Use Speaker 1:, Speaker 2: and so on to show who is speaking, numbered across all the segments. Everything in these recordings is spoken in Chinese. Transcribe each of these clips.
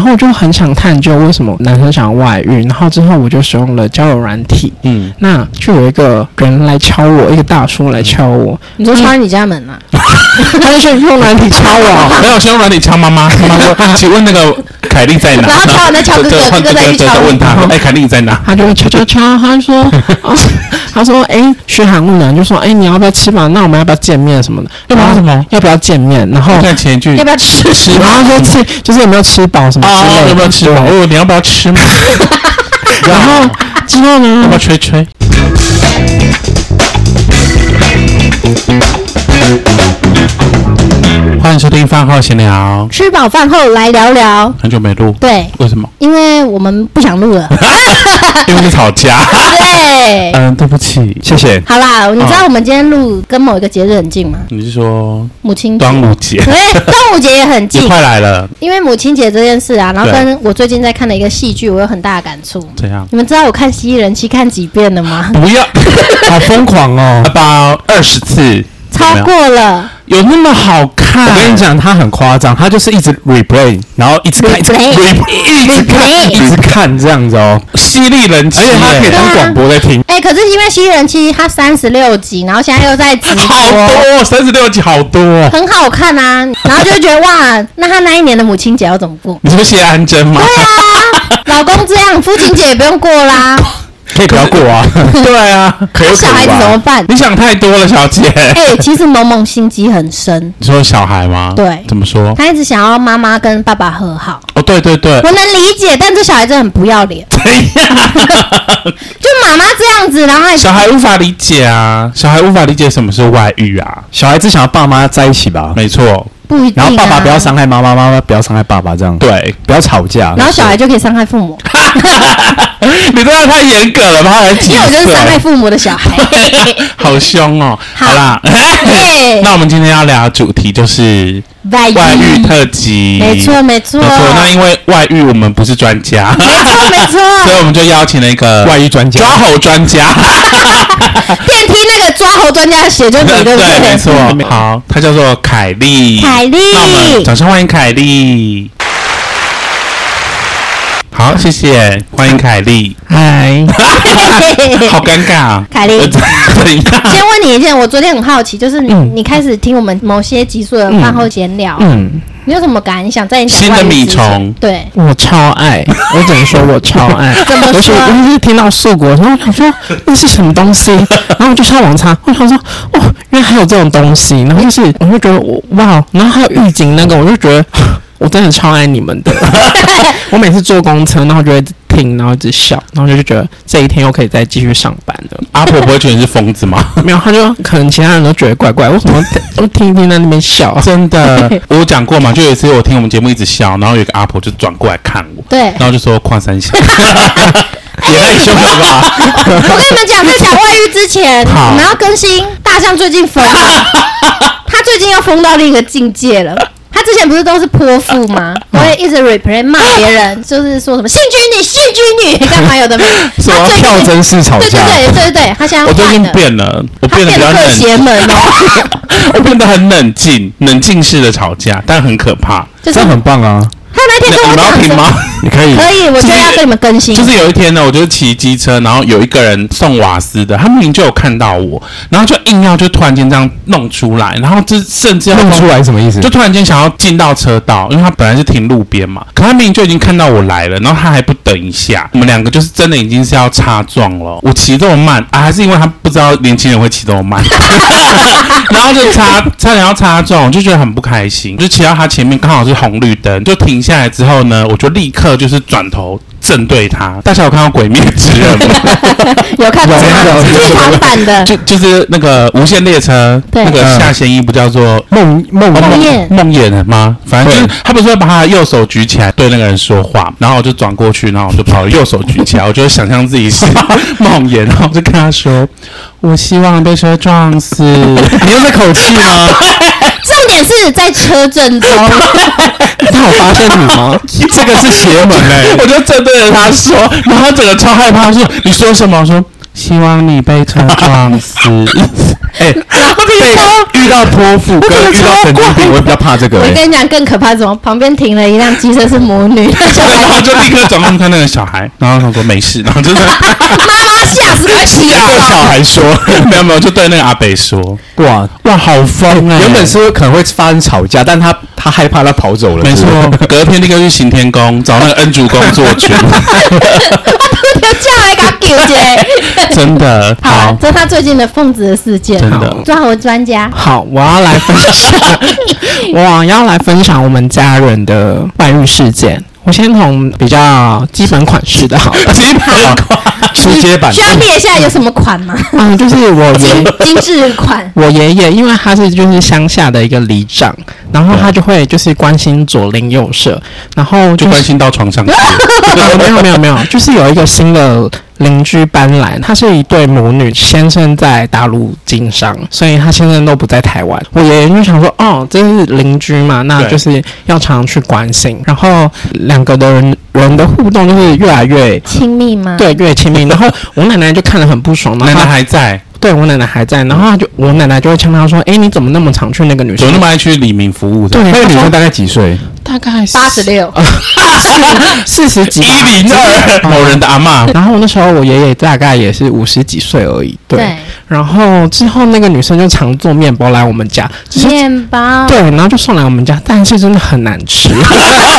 Speaker 1: 后我就很想探究为什么男生想要外遇，然后之后我就使用了交友软体，
Speaker 2: 嗯，
Speaker 1: 那就有一个人来敲我，一个大叔来敲我，
Speaker 3: 你就
Speaker 1: 嗯
Speaker 3: 敲你家门呐、
Speaker 1: 他就去用软体敲 我，
Speaker 2: 没有先用软体敲妈妈，妈妈说，请问那个凯莉 在哪？
Speaker 3: 然后敲完再敲哥
Speaker 2: 对
Speaker 3: 哥
Speaker 2: 对
Speaker 3: 哥哥再
Speaker 2: 对
Speaker 3: 去
Speaker 2: 对
Speaker 3: 敲
Speaker 2: 对
Speaker 3: 你
Speaker 2: 问他，哎，凯莉在哪？
Speaker 1: 他就敲敲敲，他就说， 哦、他说，哎、嘘寒问暖，就说，哎、你要不要吃饭？那我们要不要见面什么的？要不要什么？要不要见面？然后，
Speaker 2: 看前一句
Speaker 3: 要不要吃？
Speaker 2: 吃
Speaker 1: 然后说吃，就是有没有吃饱什么之类
Speaker 2: 啊，
Speaker 1: 的，
Speaker 2: 要不要吃
Speaker 1: 对
Speaker 2: 饱？哦，你要不要吃 嘛？
Speaker 1: 然后之后
Speaker 2: 要
Speaker 1: 呢
Speaker 2: 不要，吹吹？欢迎收听饭后闲聊，
Speaker 3: 吃饱饭后来聊聊。
Speaker 2: 很久没录，
Speaker 3: 对，
Speaker 2: 为 什么？
Speaker 3: 因为我们不想 录了。
Speaker 2: 因为你吵架。
Speaker 3: 对，
Speaker 2: 嗯，对不起，嗯谢谢。
Speaker 3: 好啦，你知道我们今天录跟某一个节日很近吗？
Speaker 2: 你是说
Speaker 3: 母亲节。
Speaker 2: 端午节
Speaker 3: 对，端午节也很
Speaker 2: 也
Speaker 3: 近，
Speaker 2: 快来了？
Speaker 3: 因为母亲节这件事啊，然后
Speaker 2: 对
Speaker 3: 跟我最近在看的一个戏剧，我有很大的感触。
Speaker 2: 怎样？
Speaker 3: 你们知道我看《蜥蜴人妻》看几遍了 吗？
Speaker 2: 不要，
Speaker 1: 好疯狂哦！
Speaker 2: about 二十次，
Speaker 3: 超过了，
Speaker 2: 有那么好看？
Speaker 4: 我跟你，讲，他很夸张，他就是一直 replay，然后一直看，一直
Speaker 3: Replay
Speaker 4: 一直看，一直看这样子哦。
Speaker 2: 犀利人妻
Speaker 4: 而
Speaker 2: 耶，
Speaker 4: 且他可以当广播在听，
Speaker 3: 哎、可是因为《蜥蜴人妻》它三十六集，然后现在又在 直
Speaker 2: 好
Speaker 3: 播，
Speaker 2: 多哦三十六集，好多哦。
Speaker 3: 很好看啊，然后就觉得哇，那他那一年的母亲节要怎么过？
Speaker 2: 你是不是谢安贞吗？
Speaker 3: 对啊，老公这样，父亲节也不用过啦，
Speaker 4: 可以不要过啊。
Speaker 2: 对啊，可有可
Speaker 3: 小孩
Speaker 2: 无
Speaker 3: 子
Speaker 2: 吧
Speaker 3: 怎么办？
Speaker 2: 你想太多了，小姐。
Speaker 3: 哎、其实萌萌心机很深，
Speaker 2: 你说小孩吗？
Speaker 3: 对
Speaker 2: 怎么说？
Speaker 3: 他一直想要妈妈跟爸爸和好，
Speaker 2: 哦，对对对，
Speaker 3: 我能理解，但这小孩真的很不要脸， 就妈妈这样子，然后还
Speaker 2: 小孩无法理解啊，小孩无法理解什么是外遇啊。
Speaker 4: 小孩子想要爸妈在一起吧，
Speaker 2: 没错，
Speaker 3: 不一定、啊，
Speaker 4: 然后爸爸不要，伤害妈妈，妈妈不要伤害爸爸，这样
Speaker 2: 对，
Speaker 4: 不要吵架。
Speaker 3: 然后小孩就可以伤害父母，
Speaker 2: 你这样太严格了吧？他才几
Speaker 3: 因为我就是伤害
Speaker 2: 岁？
Speaker 3: 父母的小孩，
Speaker 2: 好凶哦！
Speaker 3: 好
Speaker 2: 好啦，
Speaker 3: 嘿
Speaker 2: 那我们今天要聊的主题就是
Speaker 3: 外遇，
Speaker 2: 外遇特辑。
Speaker 3: 没错没错，
Speaker 2: 没错。那因为外遇我们不是专 家，
Speaker 3: 没错没
Speaker 2: 所以
Speaker 3: 错，
Speaker 2: 我们就邀请了一个
Speaker 4: 外遇专家
Speaker 2: 抓，猴专家。
Speaker 3: 电梯那个抓猴专家写就你对 不
Speaker 2: 对，没 错。好，她叫做凯莉。
Speaker 3: 凯莉
Speaker 2: 那我们掌声欢迎凯莉。好，谢谢，欢迎凯 莉。
Speaker 1: 嗨，
Speaker 2: 好尴尬啊，
Speaker 3: 凯莉
Speaker 2: 怎样？
Speaker 3: 先问你一件，我昨天很好奇，就是你、你开始听我们某些集数的饭后闲聊，
Speaker 1: 嗯，
Speaker 3: 你有什么感想？在你讲
Speaker 2: 新的
Speaker 3: 外遇
Speaker 2: 米
Speaker 3: 之前
Speaker 2: 虫
Speaker 3: 对，
Speaker 1: 我超 爱，我只能说我超爱。
Speaker 3: 怎么
Speaker 1: 我是
Speaker 3: 说
Speaker 1: 我第一次听到素果，然后我想说那是什么东 西，然后我就上网查，我想说哦，原来还有这种东西，然后就是我就觉得我哇，然后还有预警那个，我就觉得 我真的超爱你们的。 我每次坐公车，然后就会听，然后一直笑，然后就觉得这一天又可以再继续上班了。
Speaker 2: 阿婆不会觉得你是疯子吗？
Speaker 1: 没有，他就可能其他人都觉得怪怪，为什么都听一听在那边 笑？
Speaker 2: 真的，我有讲过嘛，就有一次我听我们节目一直笑，然后有一个阿婆就转过来看我，
Speaker 3: 对
Speaker 2: 然后就说矿山笑， 也太凶了吧？
Speaker 3: 我跟你们讲，在讲外遇之前，
Speaker 2: 好
Speaker 3: 我们要更新大象最近疯了，他最近要疯到另一个境界了。他之前不是都是泼妇吗？我也一直 replay 骂别人，就是说什么性居女、性居女，干嘛有的没。
Speaker 4: 什
Speaker 3: 他
Speaker 4: 么
Speaker 3: 最近
Speaker 4: 跳针式吵
Speaker 3: 对对
Speaker 4: 架，
Speaker 3: 对对对，他现在
Speaker 2: 我最
Speaker 3: 换
Speaker 2: 近
Speaker 3: 了，
Speaker 2: 变了，我
Speaker 3: 他
Speaker 2: 变得比
Speaker 3: 变
Speaker 2: 较
Speaker 3: 得更
Speaker 2: 冷
Speaker 3: 邪门哦，
Speaker 2: 我变得很冷静，冷静式的吵架，但很可怕。
Speaker 3: 就是
Speaker 4: 这样很棒啊！
Speaker 3: 他那天
Speaker 2: 那你
Speaker 3: 跟我
Speaker 2: 们要
Speaker 3: 讲
Speaker 2: 听
Speaker 3: 说
Speaker 2: 吗？
Speaker 4: 你
Speaker 1: 嗯
Speaker 4: 可以，
Speaker 3: 可以，我觉得要跟你们更新。
Speaker 2: 就是有一天呢，我就骑机车，然后有一个人送瓦斯的，他明明就有看到我，然后就硬要就突然间这样弄出来，然后就甚至要
Speaker 4: 弄出来什么意思
Speaker 2: 就？突然间想要进到车道，因为他本来是停路边嘛，可他明明就已经看到我来了，然后他还不等一下，我们两个就是真的已经是要擦撞了。我骑这么慢啊，还是因为他不知道年轻人会骑这么慢， 然后就擦差点要擦撞，我就觉得很不开心。就骑到他前面刚好是红绿灯，就停下来之后呢，我就立刻就是转头正对他。大家有看到《鬼灭之刃》吗？
Speaker 3: 有看过吗
Speaker 4: 有有有
Speaker 3: 剧场 版的，
Speaker 2: 就就是那个无限列车，
Speaker 3: 对
Speaker 2: 那个夏贤一不叫做
Speaker 4: 梦梦
Speaker 2: 哦
Speaker 3: 梦魇
Speaker 2: 梦魇的吗？反正就是
Speaker 4: 对
Speaker 2: 他不是会把他的右手举起来对那个人说话，然后我就转过去，然后我就把我右手举起来，我就想象自己是梦魇，然后我就跟他说：“我希望被车撞 死。”
Speaker 4: 你用那口气吗？
Speaker 3: 重点是在车震中，
Speaker 4: 他有发现你吗？ 这个是邪门哎、
Speaker 2: 我就针对着他说，然后他整个超害怕，他说：“你说什么？”我说：“希望你被车撞死。
Speaker 4: 哎、
Speaker 3: 然后
Speaker 4: 被遇到泼妇跟遇到神经病，我会比较怕这个、
Speaker 3: 我
Speaker 4: 哎，
Speaker 3: 跟你讲更可怕，怎么旁边停了一辆机车是母 女，那小
Speaker 2: 然后
Speaker 3: 孩
Speaker 2: 就立刻转过去看那个小孩，然后他说没事，然后就是
Speaker 3: 妈妈吓死啊快骑
Speaker 4: 对小
Speaker 3: 走。
Speaker 4: 孩说，
Speaker 2: 没有没有，就对那个阿北说，
Speaker 4: 哇，
Speaker 2: 哇，好疯 啊、
Speaker 4: 原本是可能会发生吵架，但他他害怕，他跑走了。
Speaker 2: 没错，隔天立刻去行天宫找那个恩主公做主，
Speaker 3: 我
Speaker 1: 啊
Speaker 3: 就 叫来给他纠结。
Speaker 2: 真的
Speaker 3: 好
Speaker 2: 好，，
Speaker 3: 这是他最近的奉子的事件，
Speaker 2: 真的
Speaker 3: 抓我专家。
Speaker 1: 好，我要来分享，我要来分享我们家人的外遇事件。我先从比较基本款式的好了，
Speaker 2: 基本款
Speaker 4: 出街版
Speaker 3: 需要列下有什么款吗？
Speaker 1: 啊 嗯，就是我
Speaker 3: 精
Speaker 1: 爷
Speaker 3: 精致款。
Speaker 1: 我爷爷，因为他是就是乡下的一个里长，然后他就会就是关心左邻右舍，然后
Speaker 2: 就
Speaker 1: 就
Speaker 2: 关
Speaker 1: 是
Speaker 2: 心到床上去，
Speaker 1: 呃没有没有没有，就是有一个新的邻居搬来，他是一对母女，先生在大陆经商，所以他先生都不在台湾。我爷爷就想说，哦，这是邻居嘛，那
Speaker 2: 对
Speaker 1: 就是要常常去关心。然后两个的人人的互动就是越来越
Speaker 3: 亲密吗？，
Speaker 1: 对越亲密，然后我奶奶就看得很不爽，然
Speaker 2: 奶
Speaker 1: 后
Speaker 2: 奶
Speaker 1: 她
Speaker 2: 还在，
Speaker 1: 对我奶奶还在，然后她就我奶奶就会呛她说，哎，你怎么那么常去那个女
Speaker 2: 怎
Speaker 1: 生
Speaker 2: 么那么爱去李明服务的？
Speaker 1: 对，
Speaker 4: 那个女生大概几岁？
Speaker 1: 大概
Speaker 3: 八十六，
Speaker 1: 啊四十几
Speaker 2: 一
Speaker 1: 吧。
Speaker 2: 零二 某人的阿嬷，
Speaker 1: 然后那时候我爷爷大概也是五十几岁而已，对。
Speaker 3: 对，
Speaker 1: 然后之后那个女生就常做面包来我们家，只是
Speaker 3: 面包。
Speaker 1: 对，然后就送来我们家，但是真的很难 吃。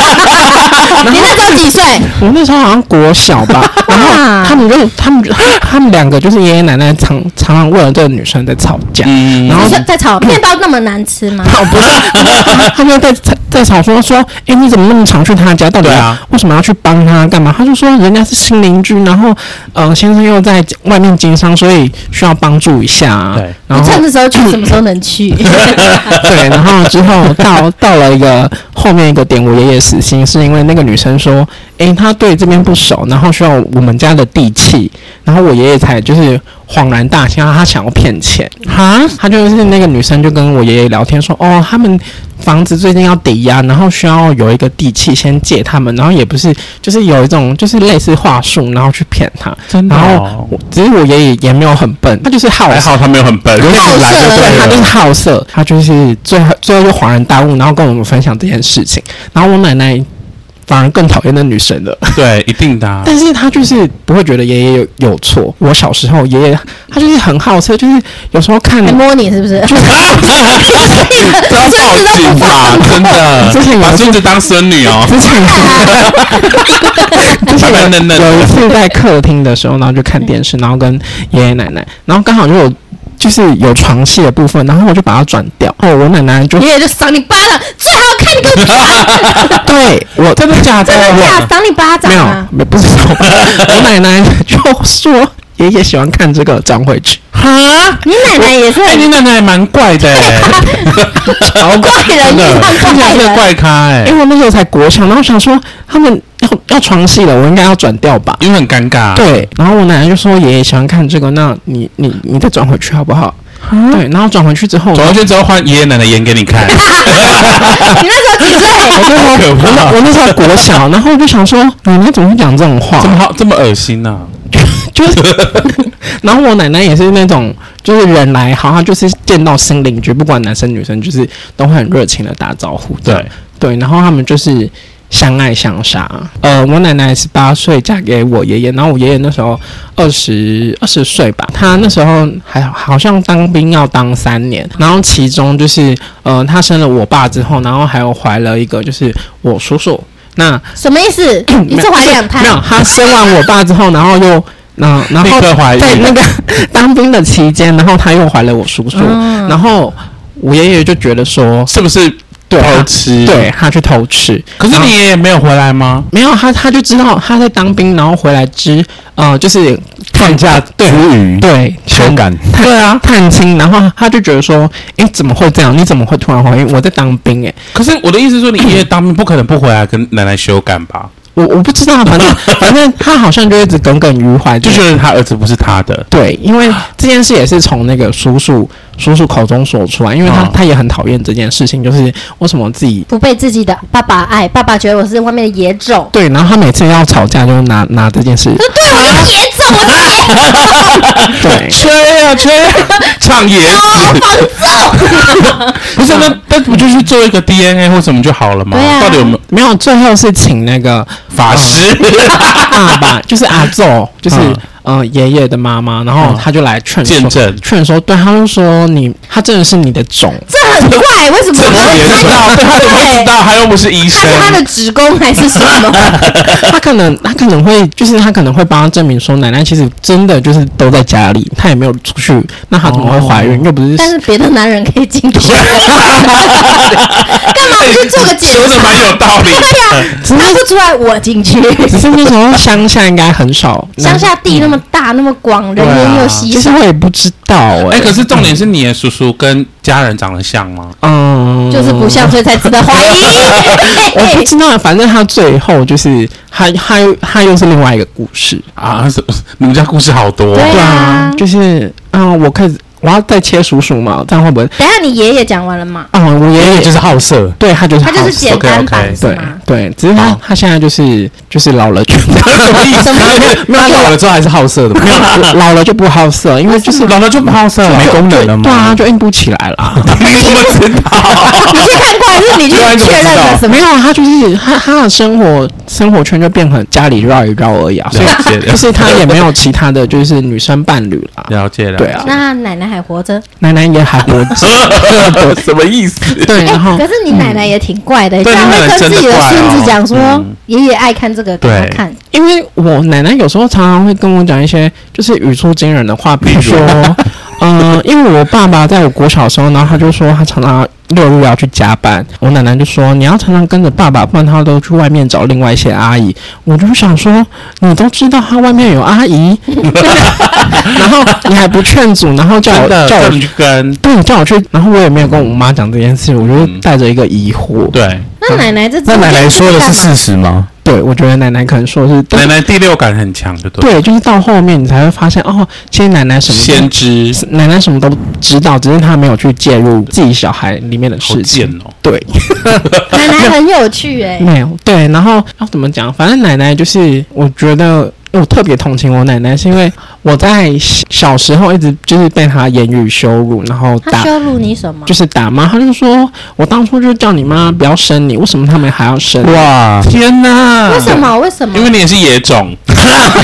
Speaker 3: 你那时候几岁？
Speaker 1: 我那时候好像国小吧，然后
Speaker 3: 哇
Speaker 1: 他们就他们他们两个就是爷爷奶奶常常常为了这个女生在吵架，
Speaker 2: 嗯
Speaker 1: 然后
Speaker 3: 就是在炒面包那么难吃吗？
Speaker 1: 哦，不是， 他们在在在吵说说，哎、你怎么那么常去他家？到底
Speaker 2: 对
Speaker 1: 要、
Speaker 2: 啊
Speaker 1: 为什么要去帮他干嘛？他就说人家是新邻居，然后呃先生又在外面经商，所以需要帮助一下、啊。
Speaker 2: 对，
Speaker 1: 然后
Speaker 3: 趁这时候去，什么时候能去？
Speaker 1: 对，然后之后到到了一个后面一个点，我爷爷死心是因为那个女生说，诶，她对这边不熟，然后需要我们家的地契，然后我爷爷才就是恍然大醒，他想要骗钱，哈，他就是那个女生就跟我爷爷聊天说，哦，他们房子最近要抵押，然后需要有一个地契先借他们，然后也不是就是有一种就是类似话术，然后去骗他，
Speaker 2: 真的
Speaker 1: 然
Speaker 2: 哦
Speaker 1: 后我只是我爷爷也没有很笨，他就是好
Speaker 2: 还
Speaker 1: 色
Speaker 2: 好他没有很笨，如果
Speaker 3: 好
Speaker 2: 有来
Speaker 3: 色
Speaker 2: 就
Speaker 1: 对
Speaker 2: 对
Speaker 1: 他
Speaker 2: 了
Speaker 1: 就是好色，他就是最后最后就恍然大悟，然后跟我们分享这件事情。然后我奶奶反而更讨厌那女生了，
Speaker 2: 对，一定的啊。
Speaker 1: 但是她就是不会觉得爷爷有有错。我小时候爷爷他就是很好色，就是有时候看
Speaker 3: 还摸你是不是？
Speaker 2: 不要报警吧，真 的，
Speaker 1: 之前有一次
Speaker 2: 把孙子当孙 女哦，
Speaker 1: 之前之前
Speaker 2: 白白嫩嫩的
Speaker 1: 有有一次在客厅的时候，然后就看电视，然后跟爷爷奶奶，然后刚好就有就是有床戏的部分，然后我就把它转掉。哦，我奶奶就
Speaker 3: 爷爷就赏你巴掌，最好看你给我
Speaker 1: 对我真的假
Speaker 3: 真的假的？赏你巴掌
Speaker 1: 没有
Speaker 3: 啊！，
Speaker 1: 没不是我，我 奶奶就说爷爷喜欢看这个，转回去。
Speaker 2: 哈，
Speaker 3: 你奶奶也是
Speaker 2: 哎，你
Speaker 3: 很
Speaker 2: 奶奶也蛮怪的欸，好怪
Speaker 3: 怪
Speaker 2: 真
Speaker 3: 人
Speaker 2: 的，
Speaker 3: 遇到怪人
Speaker 2: 看起来是个怪咖哎
Speaker 1: 因，为我那时候才国小，然后我想说他们要要床戏了，我应该要转掉吧？
Speaker 2: 因为很尴尬，，啊
Speaker 1: 对，然后我奶奶就说爷爷喜欢看这个，那你你你再转回去好不好？
Speaker 3: 啊
Speaker 1: 对，然后转回去之后，我
Speaker 2: 转过去之后换爷爷奶奶演给你 看，
Speaker 3: 你那时候几岁？
Speaker 1: 那时候
Speaker 2: 好可怕
Speaker 1: 我那我那时候国小，然后我就想说奶奶怎么会讲这种话
Speaker 2: 这？么好，这么恶心啊呢？
Speaker 1: 就是， 然后我奶奶也是那种，就是人来好，她就是见到新邻居，不管男生女生，就是都会很热情的打招呼这样。
Speaker 2: 对
Speaker 1: 对，然后他们就是相爱相杀。呃，我奶奶十八岁嫁给我爷爷，然后我爷爷那时候二十二十岁吧，他那时候还好像当兵要当三年，然后其中就是呃，他生了我爸之后，然后还有怀了一个就是我叔叔。那
Speaker 3: 什么意思？一次怀两胎
Speaker 1: 没？有，他生完我爸之后，然后又。然然
Speaker 2: 立
Speaker 1: 后
Speaker 2: 刻 怀孕
Speaker 1: 在那个 当兵的期间，然后他又怀了我叔叔，
Speaker 3: 嗯
Speaker 1: 然后我爷爷就觉得说，
Speaker 2: 是不是
Speaker 1: 对
Speaker 2: 偷
Speaker 1: 他
Speaker 2: 吃？
Speaker 1: 对，他去偷吃，
Speaker 2: 可是
Speaker 1: 然后
Speaker 2: 你爷爷没有回来吗？
Speaker 1: 没有他，他就知道他在当兵，然后回来之呃，就是
Speaker 4: 放假
Speaker 1: 对
Speaker 4: 无语，
Speaker 1: 对
Speaker 4: 手
Speaker 1: 感。
Speaker 4: 感，
Speaker 1: 对啊，探亲，然后他就觉得说，诶，怎么会这样？你怎么会突然怀孕？我在当兵诶，
Speaker 2: 可是我的意思是说，你爷爷当兵不可能不回来跟奶奶修改吧？
Speaker 1: 我我不知道，反正反正他好像就一直耿耿于怀，
Speaker 2: 就觉得他儿子不是他的，
Speaker 1: 对，因为这件事也是从那个叔叔叔叔口中说出来，因为他、
Speaker 2: 嗯
Speaker 1: 他也很讨厌这件事情，就是为什么自己
Speaker 3: 不被自己的爸爸爱，爸爸觉得我是外面的野种，
Speaker 1: 对，然后他每次要吵架就拿拿这件事，
Speaker 3: 对我是野种，我是
Speaker 1: 对，
Speaker 2: 吹啊吹 啊，唱野
Speaker 3: 哦
Speaker 2: 史。不是那那不就是做一个 DNA 或什么就好了吗？
Speaker 3: 嗯对啊
Speaker 2: 到底有没有
Speaker 1: 没有，最后是请那个
Speaker 2: 法 师？
Speaker 1: 爸爸，就是阿昼，就是
Speaker 2: 嗯。
Speaker 1: 呃，爷爷的妈妈，然后他就来劝说
Speaker 2: 见证
Speaker 1: 劝说，对，他就说你，他真的是你的种，
Speaker 3: 这很怪，为什么
Speaker 2: 这怎
Speaker 3: 我
Speaker 2: 么
Speaker 3: 会
Speaker 2: 也知
Speaker 3: 知
Speaker 2: 道？
Speaker 3: 道？
Speaker 2: 对他怎么会知道？他又不是医
Speaker 3: 他
Speaker 2: 生。
Speaker 3: 是他的职工还是什么？
Speaker 1: 他可能他可能会就是他可能会帮他证明说，奶奶其实真的就是都在家里，她也没有出去，那她怎么会怀孕？又不是
Speaker 3: 但是别的男人可以进去，干嘛不去做个检
Speaker 2: 说的
Speaker 3: 查？
Speaker 2: 蛮有 道理
Speaker 3: 对
Speaker 2: 的。
Speaker 3: 呀、他不出来，我进去。
Speaker 1: 只是嗯那时候乡下应该很少，
Speaker 3: 乡下地那么大，那么广，人
Speaker 2: 对啊
Speaker 3: 烟又
Speaker 1: 那
Speaker 3: 稀
Speaker 1: 其实
Speaker 3: 少，
Speaker 1: 我也不知道哎、
Speaker 2: 哎，可是重点是你的叔叔跟家人长得像吗？
Speaker 1: 嗯，
Speaker 3: 就是不像，所以才值得怀疑。
Speaker 1: 我不知道，反正他最后就是他他又他又是另外一个故事，
Speaker 2: 啊，是你们家故事好多。
Speaker 3: 对啊
Speaker 1: 就是嗯，我开始我要再切叔叔嘛，这样会不会？
Speaker 3: 等一下你爷爷讲完了吗？
Speaker 1: 啊、我
Speaker 4: 因
Speaker 1: 爷
Speaker 4: 为
Speaker 1: 爷就
Speaker 4: 就
Speaker 1: 是是
Speaker 4: 好色，
Speaker 1: 对他就是
Speaker 3: 他就是
Speaker 1: house，
Speaker 3: 简单
Speaker 2: OK，OK，
Speaker 3: 版是
Speaker 1: 对
Speaker 3: 吗？
Speaker 1: 对，只是他
Speaker 2: 好
Speaker 1: 他现在就是就是老了就
Speaker 3: 什么意思？
Speaker 4: 没有老了之后还是好色的，
Speaker 1: 没有老老了就不好色，因为就是
Speaker 2: 老了就不好色了，
Speaker 4: 没功能了
Speaker 1: 对啊，
Speaker 4: 嘛。
Speaker 1: 就硬不起来了。
Speaker 2: 你怎么知道？
Speaker 3: 你去看过还是你去
Speaker 4: 对啊你怎么
Speaker 3: 确认
Speaker 4: 知道
Speaker 3: 的？什么
Speaker 1: 没有，啊，他就是他他的生活生活圈就变成家里绕一绕而已啊，所以
Speaker 2: 了解了
Speaker 1: 就是他也没有其他的就是女生伴侣啦。
Speaker 2: 了解了。
Speaker 1: 对啊，
Speaker 3: 那奶奶还活着，
Speaker 1: 奶奶也还活 着，
Speaker 2: 呃什么意思？
Speaker 1: 对，
Speaker 3: 哎、
Speaker 1: 然后
Speaker 3: 可是你奶奶也挺怪的，居
Speaker 2: 对
Speaker 3: 然
Speaker 2: 你
Speaker 3: 会
Speaker 2: 奶奶
Speaker 3: 跟自己
Speaker 2: 真的怪哦
Speaker 3: 孙子讲说
Speaker 2: 嗯，
Speaker 3: 爷爷、爱看这个，给他
Speaker 2: 对
Speaker 3: 看。
Speaker 1: 因为我奶奶有时候常常会跟我讲一些就是语出惊人的话，比如 说，嗯、因为我爸爸在我国小的时候，然后他就说他常常六日要去加班，我奶奶就说你要常常跟着爸爸，不然他都去外面找另外一些阿姨。我就想说，你都知道他外面有阿 姨，然后你还不劝阻，然后叫我
Speaker 2: 真的
Speaker 1: 叫
Speaker 2: 叫
Speaker 1: 我
Speaker 2: 你去跟。
Speaker 1: 对，叫我去，然后我也没有跟我妈讲这件事，我就
Speaker 2: 嗯
Speaker 1: 带着一个疑惑。
Speaker 2: 对，
Speaker 3: 那奶奶这
Speaker 4: 那奶奶说的是事实吗？
Speaker 1: 对，我觉得奶奶可能说的是对
Speaker 2: 奶奶第六感很强，就对。
Speaker 1: 对，就是到后面你才会发现，哦，其实奶奶什么
Speaker 2: 先
Speaker 1: 都
Speaker 2: 知，
Speaker 1: 奶奶什么都知道，只是她没有去介入自己小孩里面的
Speaker 2: 好
Speaker 1: 事
Speaker 2: 贱
Speaker 1: 情。
Speaker 2: 哦。
Speaker 1: 对，
Speaker 3: 奶奶很有 趣哎、
Speaker 1: 没有对，然后要怎么讲？反正奶奶就是，我觉得我特别同情我奶奶，是因为我在小小时候一直就是被她言语羞辱，然后
Speaker 3: 她
Speaker 1: 打。
Speaker 3: 羞辱你什么？
Speaker 1: 就是打骂，她就说：“我当初就叫你妈不要生你，为什么他们还要生？”
Speaker 4: 哇，
Speaker 2: 天
Speaker 1: 嗯
Speaker 2: 哪！
Speaker 3: 为什？么？为什么？
Speaker 2: 因为你也是野种，爸爸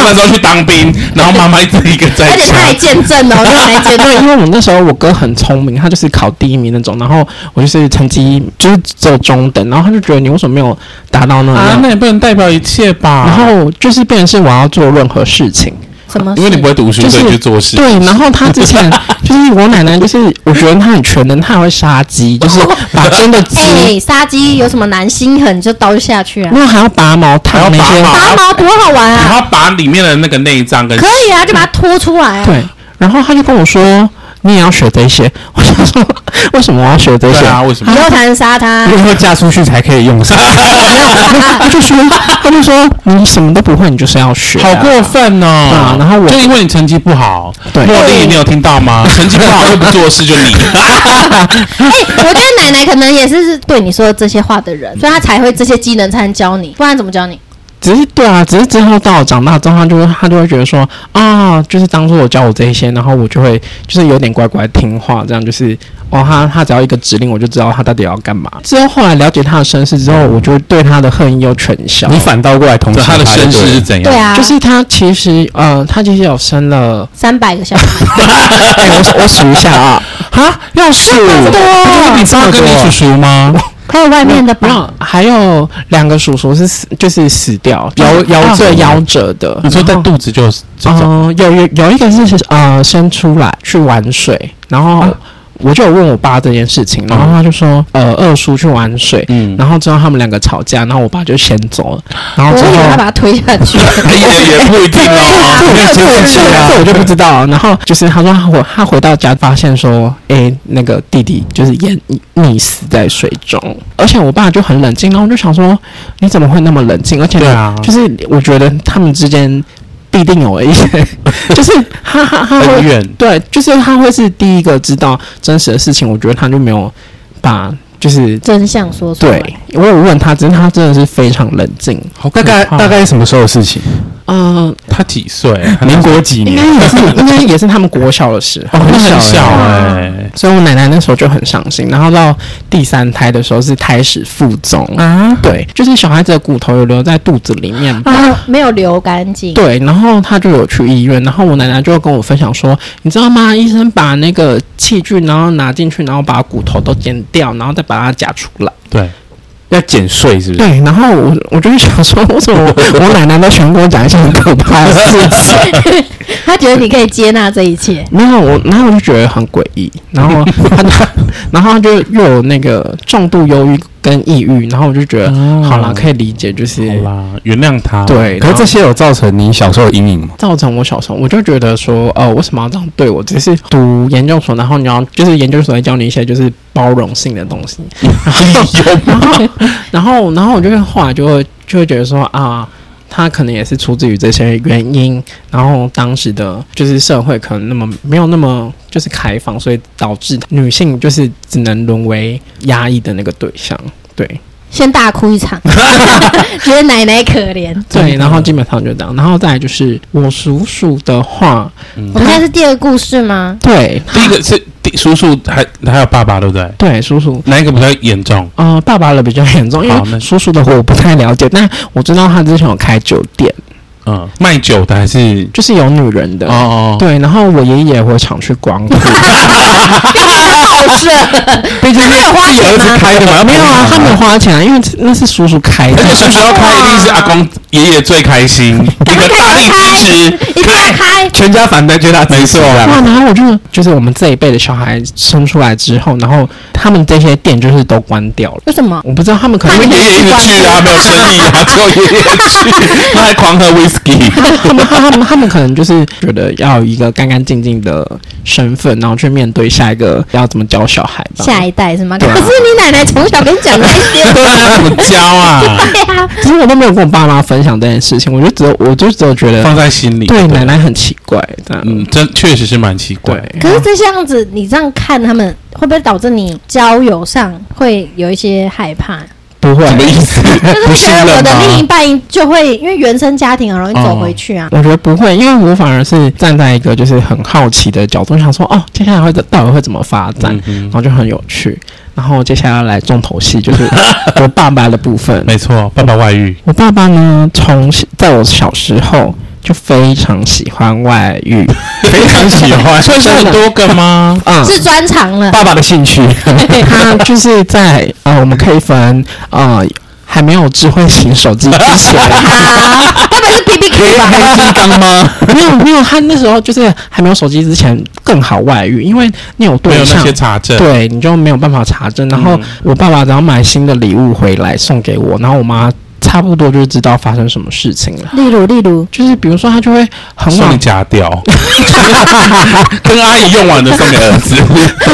Speaker 2: 那时候去当 兵，然后妈妈自己一个在
Speaker 3: 而且她还
Speaker 2: 家。
Speaker 3: 见 证哦，她还见
Speaker 1: 对，
Speaker 3: 证。
Speaker 1: 因为我那时候我哥很聪明，他就是考第一名那种，然后我就是成绩就是只有中等，然后他就觉得你为什么没有达到那
Speaker 2: 啊，
Speaker 1: 样？
Speaker 2: 那也不能代表一切吧？
Speaker 1: 然后就是变成是我要做任何事情，
Speaker 3: 什么事？
Speaker 2: 因为你不会读书，
Speaker 1: 就是
Speaker 2: 所以去做事。
Speaker 1: 对。然后他之 前就是我奶奶，就是我觉得她很全能，她还会杀鸡，就是把真的 鸡，
Speaker 3: 哎、杀鸡有什么难心狠就刀下去啊
Speaker 1: 然！后还要拔毛烫那
Speaker 2: 还
Speaker 1: 些
Speaker 2: 要，拔
Speaker 3: 拔毛多好玩
Speaker 2: 然
Speaker 3: 啊！
Speaker 2: 后把里面的那个内脏跟
Speaker 3: 可以啊，就把它拖出来啊！
Speaker 1: 对。然后他就跟我说：“你也要学这些。” 我想说，为什么我要学这些
Speaker 2: 对？啊，为什么
Speaker 3: 以？
Speaker 1: 嗯
Speaker 3: 后才能杀它。
Speaker 4: 因为要嫁出去才可以用上。
Speaker 1: 他就说，他就说你什么都不会，你就是要学啊、
Speaker 2: 好过分哦
Speaker 1: 啊！然后我
Speaker 2: 就因为你成绩不好，
Speaker 1: 对
Speaker 2: 茉莉，你有听到吗？成绩不好又不做事， 就你。
Speaker 3: 哎、我觉得奶奶可能也是对你说这些话的
Speaker 1: 嗯
Speaker 3: 人，所以她才会这些技能才能教你，不然怎么教你？
Speaker 1: 只是对啊，只是之后到我长大之后，他就会他就会觉得说啊，就是当初我教我这一些，然后我就会就是有点乖乖听话，这样就是哦，他他只要一个指令，我就知道他到底要干嘛。之后后来了解他的身世之后，我就对他的恨意又全消。
Speaker 4: 你反倒过来同情
Speaker 2: 对他的
Speaker 4: 就
Speaker 2: 身世
Speaker 4: 对
Speaker 2: 是
Speaker 4: 了
Speaker 2: 怎样？
Speaker 3: 对，啊，
Speaker 1: 就是他其实呃，他其实有生了，
Speaker 3: 三百个小孩，
Speaker 1: 哎我我数一下啊，
Speaker 2: 啊， 要数，
Speaker 1: 多
Speaker 2: 你知道跟你叔叔吗？
Speaker 3: 还有外面的
Speaker 1: 啊没
Speaker 3: 吧？
Speaker 1: 有，还有两个叔叔是死，就是死掉，夭
Speaker 2: 啊
Speaker 1: 夭折夭折的。
Speaker 2: 你说在
Speaker 1: 然后
Speaker 2: 肚子就是这种，
Speaker 1: 嗯、有有有一个是呃生出来去玩水，然后
Speaker 2: 啊哦
Speaker 1: 我就有问我爸这件事情，然后他就说呃二叔去玩水，
Speaker 2: 嗯，
Speaker 1: 然后之后他们两个吵架，然后我爸就先走了，然后
Speaker 3: 我
Speaker 1: 之
Speaker 3: 以为她
Speaker 1: 后。
Speaker 3: 把它推下 去，
Speaker 2: 哎也也不一定
Speaker 1: 这
Speaker 2: 哦。
Speaker 1: 我就不知道，这我就不知道。然后就是他说他回他回到家发现说，诶，那个弟弟就是淹溺死在水中，而且我爸就很冷静，然后我就想说你怎么会那么冷静？而且
Speaker 2: 对啊
Speaker 1: 就是我觉得他们之间必定有 A 人，就是他他他
Speaker 2: 恩
Speaker 1: 会
Speaker 2: 怨
Speaker 1: 对，就是他会是第一个知道真实的事情。我觉得他就没有把就是
Speaker 3: 真相说出来。
Speaker 1: 对我有问他，只是他真的是非常冷静。
Speaker 2: 好
Speaker 4: 大概大概是什么时候的事情？
Speaker 1: 嗯、
Speaker 2: 他几岁？
Speaker 4: 民国几
Speaker 1: 应
Speaker 4: 年？
Speaker 1: 该也是应该也是他们国小的时候，
Speaker 2: 很小
Speaker 4: 小
Speaker 1: 啊
Speaker 2: 哎，
Speaker 1: 所以我奶奶那时候就很伤心。然后到第三胎的时候是开始腹中，
Speaker 2: 啊，
Speaker 1: 对，就是小孩子的骨头有留在肚子里面。
Speaker 3: 没有没有流干净。
Speaker 1: 啊对，然后他就有去医院，然后我奶奶就跟我分享说，你知道吗？医生把那个器具，然后拿进去，然后把骨头都剪掉，然后再把它夹出来。
Speaker 2: 对，
Speaker 4: 要减税是不是？
Speaker 1: 对，然后我我就会想说，为什么我我奶奶都喜欢跟我讲一些很可怕的事情？
Speaker 3: 他觉得你可以接纳这一切，
Speaker 1: 没有我，然后我就觉得很诡异。然后 他，他然后他就又有那个重度忧郁跟抑郁，然后我就觉得，
Speaker 2: 哦
Speaker 1: 好啦，可以理解，就是
Speaker 2: 好啦，原谅他。
Speaker 1: 对。
Speaker 4: 嗯
Speaker 1: 然
Speaker 4: 可是
Speaker 1: 后
Speaker 4: 这些有造成你小时候的阴影吗？
Speaker 1: 造成我小时候，我就觉得说，呃，为什么要这样对我？只是读研究所，然后你要就是研究所会教你一些就是包容性的东西，然后然后然后我就会后来就会就会觉得说啊。他可能也是出自于这些原因，然后当时的就是社会可能那么没有那么就是开放，所以导致女性就是只能沦为压抑的那个对象，对。
Speaker 3: 先大哭 一场，觉得奶奶可怜。
Speaker 1: 对，然后基本上就这样，然后再来就是我叔叔的话，
Speaker 3: 我们现在是第二个故事吗？
Speaker 1: 对，
Speaker 2: 第一个是第叔叔还还有爸爸，对不对？
Speaker 1: 对，叔叔。
Speaker 2: 哪一个比较严重？
Speaker 1: 呃，爸爸的比较严重，因
Speaker 2: 好那
Speaker 1: 为叔叔的话我不太了解，但我知道他之前有开酒店，
Speaker 2: 嗯，卖酒的还是？
Speaker 1: 就是有女人的。
Speaker 2: 哦哦，
Speaker 1: 对，然后我爷爷也会常去光 顾，
Speaker 3: 好事，
Speaker 4: 毕竟
Speaker 3: 有花
Speaker 4: 有
Speaker 3: 钱
Speaker 4: 儿子
Speaker 3: 吗？
Speaker 4: 开的嘛，
Speaker 1: 没有啊，他没有花钱啊，因为那是叔叔开的
Speaker 2: 而。且叔叔要开，一定是阿公爷爷最开 心， 一个大力支 持。
Speaker 3: 一定要开，
Speaker 4: 全家反对，觉得没错啊
Speaker 1: 哇，
Speaker 4: 啦。
Speaker 1: 啊然后我就就是我们这一辈的小孩生出来之后，然后他们这些店就是都关掉了，
Speaker 3: 为什么？
Speaker 1: 我不知道他们可能
Speaker 2: 爷爷一直去啊，没有生意 啊，只有爷爷去，他还狂喝 whisky。
Speaker 1: 他们他们 他们可能就是觉得要有一个干干净净的身份，然后去面对下一个要怎么教小孩吧。
Speaker 3: 下一代是吗？可
Speaker 1: 对啊
Speaker 3: 是你奶奶从小跟你讲那 些，
Speaker 2: 怎么教啊？
Speaker 3: 对啊，
Speaker 1: 其实我都没有跟我爸妈分享这件事情，我就只有我就只有觉得
Speaker 2: 放在心里。
Speaker 1: 对奶，奶很奇怪，这样
Speaker 2: 嗯，真确实是蛮奇怪
Speaker 1: 对。。
Speaker 3: 可是这样子，你这样看他们，会不会导致你交友上会有一些害怕？
Speaker 1: 不会
Speaker 2: 什么意思？
Speaker 3: 就
Speaker 2: 不
Speaker 3: 是
Speaker 2: 信
Speaker 3: 觉
Speaker 2: 任
Speaker 3: 得我的另一
Speaker 2: 吗？
Speaker 3: 半就会因为原生家庭很容易走回去啊。
Speaker 1: 我觉得不会，因为我反而是站在一个就是很好奇的角度，想说哦，接下来会到底会怎么发展，
Speaker 2: 嗯
Speaker 1: 然后就很有趣。然后接下来来重头戏 就是我爸爸的部分。
Speaker 2: 没错，爸爸外遇，
Speaker 1: 我爸爸呢，从小在我小时候就非常喜欢外遇，
Speaker 2: 非常喜欢。啊所以是很多个吗？
Speaker 1: 嗯，
Speaker 3: 是专长 了，啊
Speaker 4: 爸爸的兴趣，
Speaker 1: 他就是在呃，我们可以分呃还没有智慧型手机之 前，
Speaker 3: 好，要不然是 B B Q 啊吧。
Speaker 4: 黑金刚吗？
Speaker 1: 没有没有，他那时候就是还没有手机之前更好外遇，因为你有
Speaker 2: 没
Speaker 1: 对
Speaker 2: 有那
Speaker 1: 象
Speaker 2: 些。查证。
Speaker 1: 对，你就没有办法查证。然后
Speaker 2: 嗯
Speaker 1: 我爸爸只要买新的礼物回来送给我，然后我妈差不多就知道发生什么事情了。
Speaker 3: 例如，例如，
Speaker 1: 就是比如说，他就会很
Speaker 2: 送
Speaker 1: 晚
Speaker 2: 你假屌， 跟阿姨用完的送给儿子，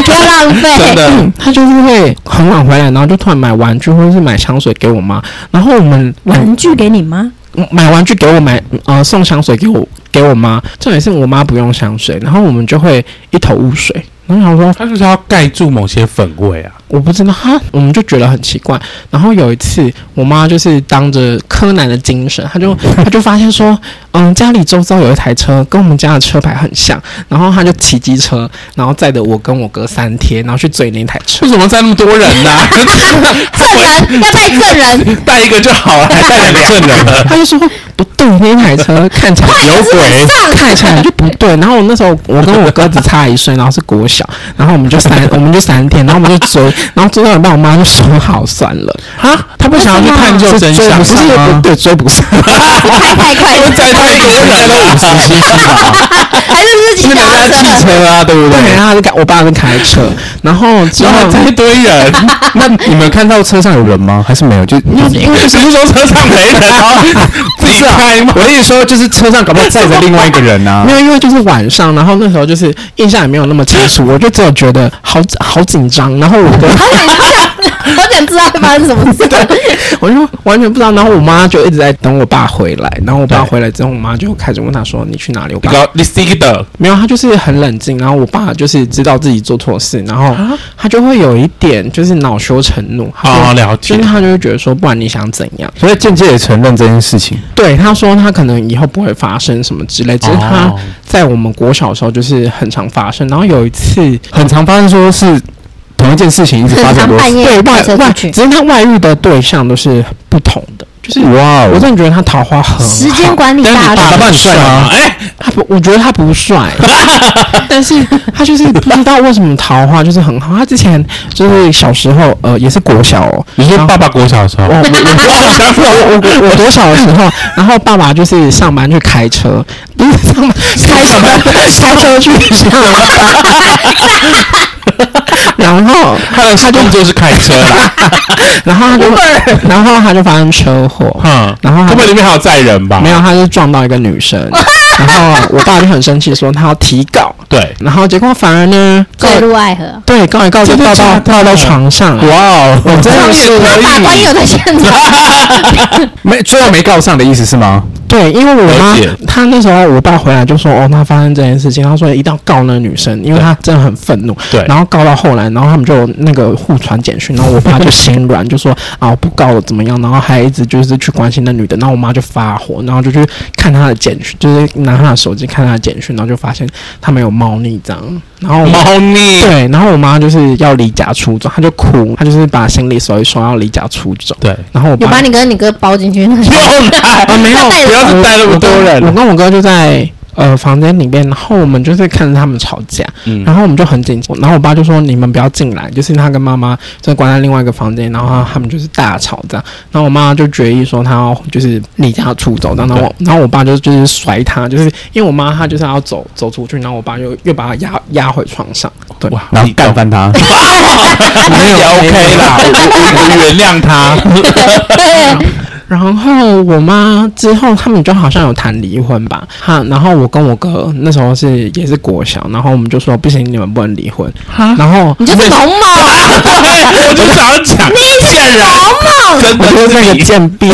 Speaker 3: 不要
Speaker 2: 真
Speaker 3: 浪费。
Speaker 2: 的
Speaker 1: 嗯，他就是会很晚回来，然后就突然买玩具或者是买香水给我妈，然后我们
Speaker 3: 玩具给你吗？
Speaker 1: 买玩具给我买，呃，送香水给我给我妈，重点是我妈不用香水，然后我们就会一头雾水。然后想说
Speaker 2: 他就是要盖住某些粉味啊。
Speaker 1: 我不知道哈，我们就觉得很奇怪。然后有一次，我妈就是当着柯南的精神，她就她就发现说，嗯，家里周遭有一台车跟我们家的车牌很像，然后她就骑机车，然后载着我跟我哥三天，然后去追那台车
Speaker 2: 为。什么载那么多人呢、
Speaker 3: 证人要带证人，
Speaker 2: 带一个就好了， 还带两个证人，
Speaker 1: 他就说 不对，那台车看起来有鬼，看起来就不对。然后我那时候我跟我哥只差一岁，然后是国小，然后我们就 三我们就三天，然后我们就追，然后追到一半，我妈就说好算了，
Speaker 2: 哈，他不想要去探究真
Speaker 1: 追
Speaker 2: 相
Speaker 1: 不是不
Speaker 2: 吗？
Speaker 1: 对，追不上，
Speaker 3: 开太快了，
Speaker 2: 载太多人了，
Speaker 3: 还是自己
Speaker 4: 因为
Speaker 3: 脚
Speaker 4: 人
Speaker 3: 踏
Speaker 4: 家汽
Speaker 3: 车？
Speaker 4: 车啊，对不
Speaker 1: 对，
Speaker 4: 对
Speaker 1: 然？后他就开我爸就开车，然后之
Speaker 2: 然
Speaker 1: 后
Speaker 2: 后载一堆 人，
Speaker 4: 那你们看到车上有人吗？还是没有？就
Speaker 1: 因为
Speaker 2: 只是 说车上没人，然后
Speaker 4: 不是啊，我的意思说就是车上搞不好载着另外一个人啊
Speaker 1: 没。有，因为就是晚上，然后那时候就是 印象也没有那么清楚，我就只有觉得好好紧张，然后我哥。
Speaker 3: 好想好想想知道会发生什么事。
Speaker 1: 我就完全不知道。然后我妈就一直在等我爸回来，然后我爸回来之后，我妈就开始问他说：“你去哪里？”我
Speaker 2: 你
Speaker 1: 爸
Speaker 2: 搞你 stick 的，
Speaker 1: 没有，他就是很冷静。然后我爸就是知道自己做错事，然后他就会有一点就是恼羞成怒。他就
Speaker 2: 好啊哦了
Speaker 1: 就
Speaker 2: 解
Speaker 1: 是。他就会觉得说，不然你想怎样？
Speaker 4: 所以间接也承认这件事情。
Speaker 1: 对，他说他可能以后不会发生什么之类，只是他
Speaker 2: 哦
Speaker 1: 在我们国小的时候就是很常发生。然后有一次，
Speaker 4: 很常发生说是同一件事情一直发
Speaker 3: 很常
Speaker 4: 生多
Speaker 3: 半
Speaker 4: 次，
Speaker 1: 对
Speaker 3: 夜
Speaker 1: 外
Speaker 3: 开车
Speaker 1: 外，
Speaker 3: 出
Speaker 1: 只
Speaker 3: 去，
Speaker 1: 是他外遇的对象都是不同的，就是
Speaker 4: 哇
Speaker 1: 我
Speaker 4: 哦！
Speaker 1: 真的觉得他桃花很好
Speaker 3: 时间管理
Speaker 2: 但是
Speaker 3: 大
Speaker 2: 你爸
Speaker 3: 师。
Speaker 4: 打扮很帅吗？
Speaker 2: 哎，
Speaker 1: 他不，我觉得他不 帅，但是他就是不知道为什么桃花就是很好。他之前就是小时候，呃，也是国小哦。
Speaker 2: 你说
Speaker 1: 然后
Speaker 2: 爸爸国小的时候
Speaker 1: 我，我我我我我我多小的时候，然后爸爸就是上班去开车，不是上班开车开车去上班，然后
Speaker 2: 他的工作是开车啦，
Speaker 1: 然后他就然后他就发生车祸，
Speaker 2: 哼，
Speaker 1: 然后他
Speaker 2: 会不会里面嗯还有载人吧？
Speaker 1: 没有，他就撞到一个女生，然后我爸就很生气，说他要提告，
Speaker 2: 对，
Speaker 1: 然后结果反而呢告
Speaker 3: 坠入爱河，
Speaker 1: 对告一告就
Speaker 2: 真的
Speaker 1: 告
Speaker 2: 假
Speaker 1: 到
Speaker 2: 的
Speaker 1: 告到
Speaker 3: 啊
Speaker 1: 床上啊了，
Speaker 4: 哇哦！
Speaker 1: 我真的是
Speaker 3: 他法官有在现场，
Speaker 4: 没最后没告上的意思是吗？
Speaker 1: 对，因为我妈
Speaker 2: 了解
Speaker 1: 她那时候我爸回来就说哦，他发生这件事情，他说一定要告那个女生，因为她真的很愤怒。
Speaker 2: 对
Speaker 1: 然后告到后来，然后他们就那个互传简 讯，然后我爸就心软，就说啊我不告了怎么样，然后还一直就是去关心那女的，然后我妈就发火，然后就去看她的简讯，就是拿她的手机看她的简讯，然后就发现她没有猫腻这样，然后我妈
Speaker 2: 猫腻，
Speaker 1: 对，然后我妈就是要离家出走，她就哭，她就是把行李收一收要离家出走，
Speaker 2: 对，
Speaker 1: 然后我
Speaker 3: 有
Speaker 1: 爸
Speaker 3: 把你跟你哥包进去，
Speaker 2: 又来，
Speaker 1: 啊，没有，
Speaker 3: 要带
Speaker 2: 不
Speaker 3: 着
Speaker 2: 要
Speaker 1: 我
Speaker 2: 再带那么多人
Speaker 1: 我跟我哥就在呃房间里面，然后我们就是看着他们吵架，
Speaker 2: 嗯
Speaker 1: 然后我们就很紧张。然后我爸就说：“你们不要进来。”就是他跟妈妈就关在另外一个房间，然后他们就是大吵这样。然后我妈就决议说她要就是离家出走这样。然后我然后我爸就就是甩她，就是因为我妈她就是要走走出去，然后我爸又又把她压压回床上。对，
Speaker 2: 哇，
Speaker 4: 然后
Speaker 2: 你
Speaker 4: 干翻他，
Speaker 2: 没有 OK 啦，我我我原谅他，
Speaker 1: 然后我妈之后他们就好像有谈离婚吧，哈，然后我跟我哥那时候是也是国小，然后我们就说不行，你们不能离婚，然后
Speaker 3: 你就是龙某，
Speaker 2: 对，我就想要 讲，贱人，
Speaker 3: 龙
Speaker 2: 真
Speaker 1: 我
Speaker 2: 的
Speaker 1: 就是那
Speaker 2: 是
Speaker 1: 个
Speaker 2: 你
Speaker 1: 贱婢，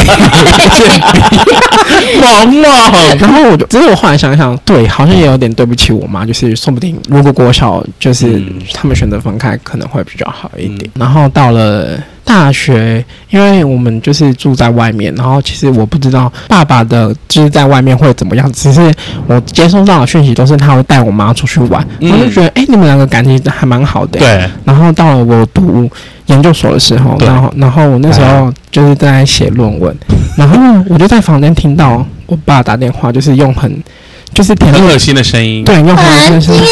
Speaker 2: 萌萌，
Speaker 1: 然后我就，只是我后来想一想，对，好像也有点对不起我妈，就是说不定如果国小就是
Speaker 2: 嗯
Speaker 1: 他们选择分开可能会比较好一点。然后到了大学，因为我们就是住在外面，然后其实我不知道爸爸的就是在外面会怎么样，只是我接收到的讯息都是他会带我妈出去玩，
Speaker 2: 嗯
Speaker 1: 我就觉得哎、诶你们两个感情还蛮好的、
Speaker 2: 对，
Speaker 1: 然后到了我读研究所的时候，
Speaker 2: 对哎
Speaker 1: 然后然后我那时候就是在写论文，然后我就在房间听到我爸打电话，就是用很就是甜
Speaker 2: 很
Speaker 1: 的
Speaker 2: 恶心的声音，
Speaker 1: 对用很就是
Speaker 3: 很。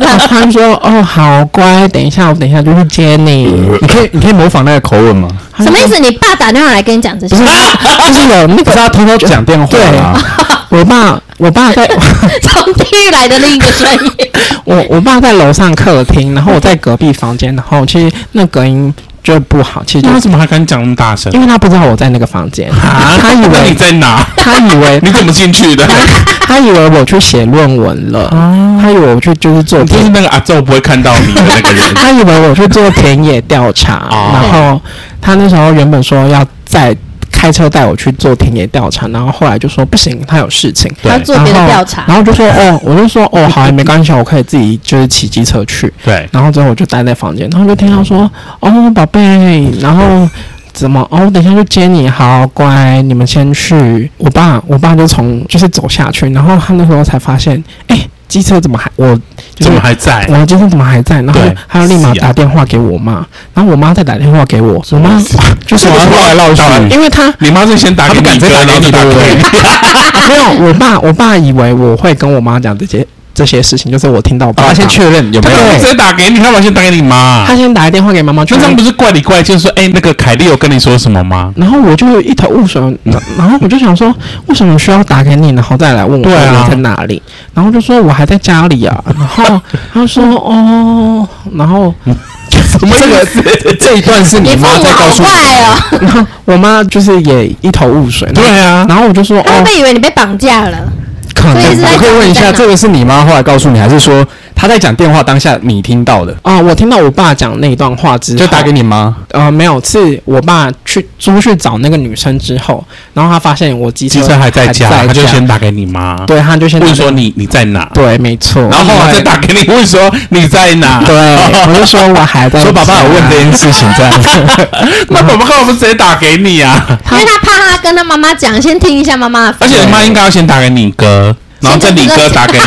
Speaker 1: 然后他说：“哦，好乖，等一下，我等一下就去接你。
Speaker 4: 你可以你可以模仿那个口吻吗？”
Speaker 3: 什么意？思？你爸打电话来跟你讲这些，
Speaker 1: 就是有那
Speaker 4: 不是
Speaker 1: 个
Speaker 2: 啊
Speaker 4: 他偷偷讲电话啦，
Speaker 1: 我爸，我爸在
Speaker 3: 从地狱来的另一个声音，
Speaker 1: 我我爸在楼上客厅，然后我在隔壁房间，然后其实那隔音就不好，其实就
Speaker 2: 那为什么还敢讲那么大声
Speaker 1: 因？为他不知道我在那个房间，
Speaker 2: 啊，
Speaker 1: 他以
Speaker 2: 那你
Speaker 1: 为
Speaker 2: 在哪？
Speaker 1: 他以为
Speaker 2: 你怎么进去的？
Speaker 1: 他以为我去写论文了，
Speaker 3: 哦
Speaker 1: 他以为我去就是做
Speaker 2: 你就是
Speaker 1: 田，
Speaker 2: 那个阿宙不会看到你的那个 人。
Speaker 1: 他以为我去做田野调查，
Speaker 2: 哦
Speaker 1: 然后他那时候原本说要再开车带我去做田野调查，然后后来就说不行，他有事情。
Speaker 2: 对
Speaker 3: 他做别的
Speaker 1: 然后
Speaker 3: 调查
Speaker 1: 然，后就说哦，我就说哦，好，没关系，我可以自己就是骑机车去。
Speaker 2: 对，
Speaker 1: 然后之后我就待在房间，然后就听到说
Speaker 2: 嗯
Speaker 1: 哦，宝贝，然后怎么哦，我等一下就接你，好乖，你们先去。我爸，我爸就从就是走下去，然后他那时候才发现，哎，机车怎么还我就
Speaker 2: 怎
Speaker 1: 是
Speaker 2: 么还在？
Speaker 1: 我的机车怎么还在？然后
Speaker 2: 对
Speaker 1: 他就立马
Speaker 2: 是啊
Speaker 1: 打电话给我妈，然后我妈再打电话给我，我妈就是
Speaker 4: 我
Speaker 1: 我
Speaker 4: 要
Speaker 1: 妈
Speaker 4: 绕来绕去，
Speaker 1: 因为 他
Speaker 2: 你妈是先打给
Speaker 4: 他不
Speaker 2: 你
Speaker 4: 敢
Speaker 2: 哥，
Speaker 4: 再打
Speaker 2: 然后再
Speaker 4: 给你
Speaker 2: 打给
Speaker 4: 对不
Speaker 2: 我。
Speaker 1: 没有，我爸，我爸以为我会跟我妈讲这些这些事情，就是我听到我爸
Speaker 4: 他
Speaker 2: 啊
Speaker 4: 先
Speaker 1: 打
Speaker 4: 确认有没
Speaker 2: 他
Speaker 4: 有
Speaker 2: 干嘛
Speaker 1: 对
Speaker 2: 直接打给你？干嘛先打给你妈
Speaker 1: 他？先打个电话给妈妈，
Speaker 2: 那
Speaker 1: 确
Speaker 2: 这
Speaker 1: 认
Speaker 2: 样不是怪里怪气，就是说，哎，那个凯莉有跟你说什么吗？
Speaker 1: 然后我就一头雾水，然然后我就想说，为什么需要打给你，然后再来问我
Speaker 2: 对啊
Speaker 1: 你在哪里？然后就说我还在家里啊。然后他说哦，然后
Speaker 4: 这个这一段是你
Speaker 3: 你父
Speaker 4: 妈
Speaker 3: 母
Speaker 4: 在告
Speaker 3: 好
Speaker 4: 诉你，
Speaker 3: 怪哦，
Speaker 1: 然后我妈就是也一头雾水。然后
Speaker 2: 对啊
Speaker 1: 然后我就说
Speaker 3: 他会
Speaker 1: 哦
Speaker 2: 哦
Speaker 3: 不，会以为你被绑架了？
Speaker 1: 可
Speaker 3: 所以
Speaker 1: 能
Speaker 3: 是
Speaker 1: 吧
Speaker 3: 在
Speaker 4: 啊我可以问一下，这个是你妈后来告诉你，还是说他在讲电话当下你听到的，
Speaker 1: 啊、我听到我爸讲那一段话之后，
Speaker 4: 就打给你妈，
Speaker 1: 呃，没有，是我爸去出去找那个女生之后，然后他发现我机
Speaker 2: 机车还在家，他就先打给你妈，
Speaker 1: 对，他就先打
Speaker 2: 问
Speaker 1: 给
Speaker 2: 说你你在哪，
Speaker 1: 对，没错。
Speaker 2: 然后后来再打给你问说你在哪，
Speaker 1: 对，我就说我还在。
Speaker 4: 说爸爸有问这件事情这样。
Speaker 2: 那宝宝干嘛不直接打给你啊？
Speaker 3: 因为他怕他跟他妈妈讲，先听一下妈妈的
Speaker 2: 而
Speaker 3: 反应。
Speaker 2: 且你妈应该要先打给你哥，然后再你哥打给你。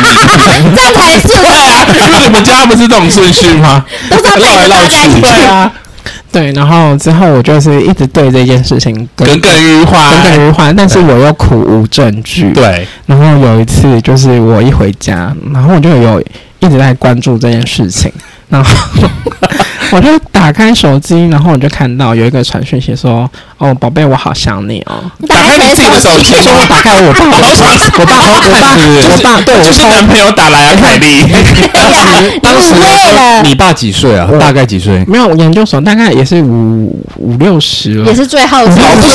Speaker 3: 这样才
Speaker 2: 对啊，
Speaker 3: 是，
Speaker 2: 你们家不是这种顺序吗？
Speaker 3: 都是要
Speaker 2: 绕来绕
Speaker 3: 带着大家一
Speaker 2: 去，
Speaker 3: 起
Speaker 2: 对啊，
Speaker 1: 对，然后之后我就是一直对这件事情
Speaker 2: 耿耿于怀，
Speaker 1: 耿耿于怀，但是我又苦无证据。，
Speaker 2: 对，
Speaker 1: 然后有一次就是我一回家，然后我就有一直在关注这件事情，然 后我就打开手机，然后我就看到有一个传讯息说：“哦，宝贝，我好想你哦。”
Speaker 2: 打开你自己的手机，
Speaker 1: 说我打开我爸，我
Speaker 2: 好想死
Speaker 1: 我爸，我爸，
Speaker 2: 就是
Speaker 1: 我爸对我
Speaker 2: 就是
Speaker 1: 偷
Speaker 2: 男朋友打来啊，凯莉，
Speaker 3: 对呀， 你
Speaker 4: 当时
Speaker 3: 误会了，
Speaker 4: 你爸几岁啊？大概几岁？
Speaker 1: 没有我研究所，大概也是五五六十了
Speaker 3: 也。是最后
Speaker 2: 好不羞哎，
Speaker 4: 六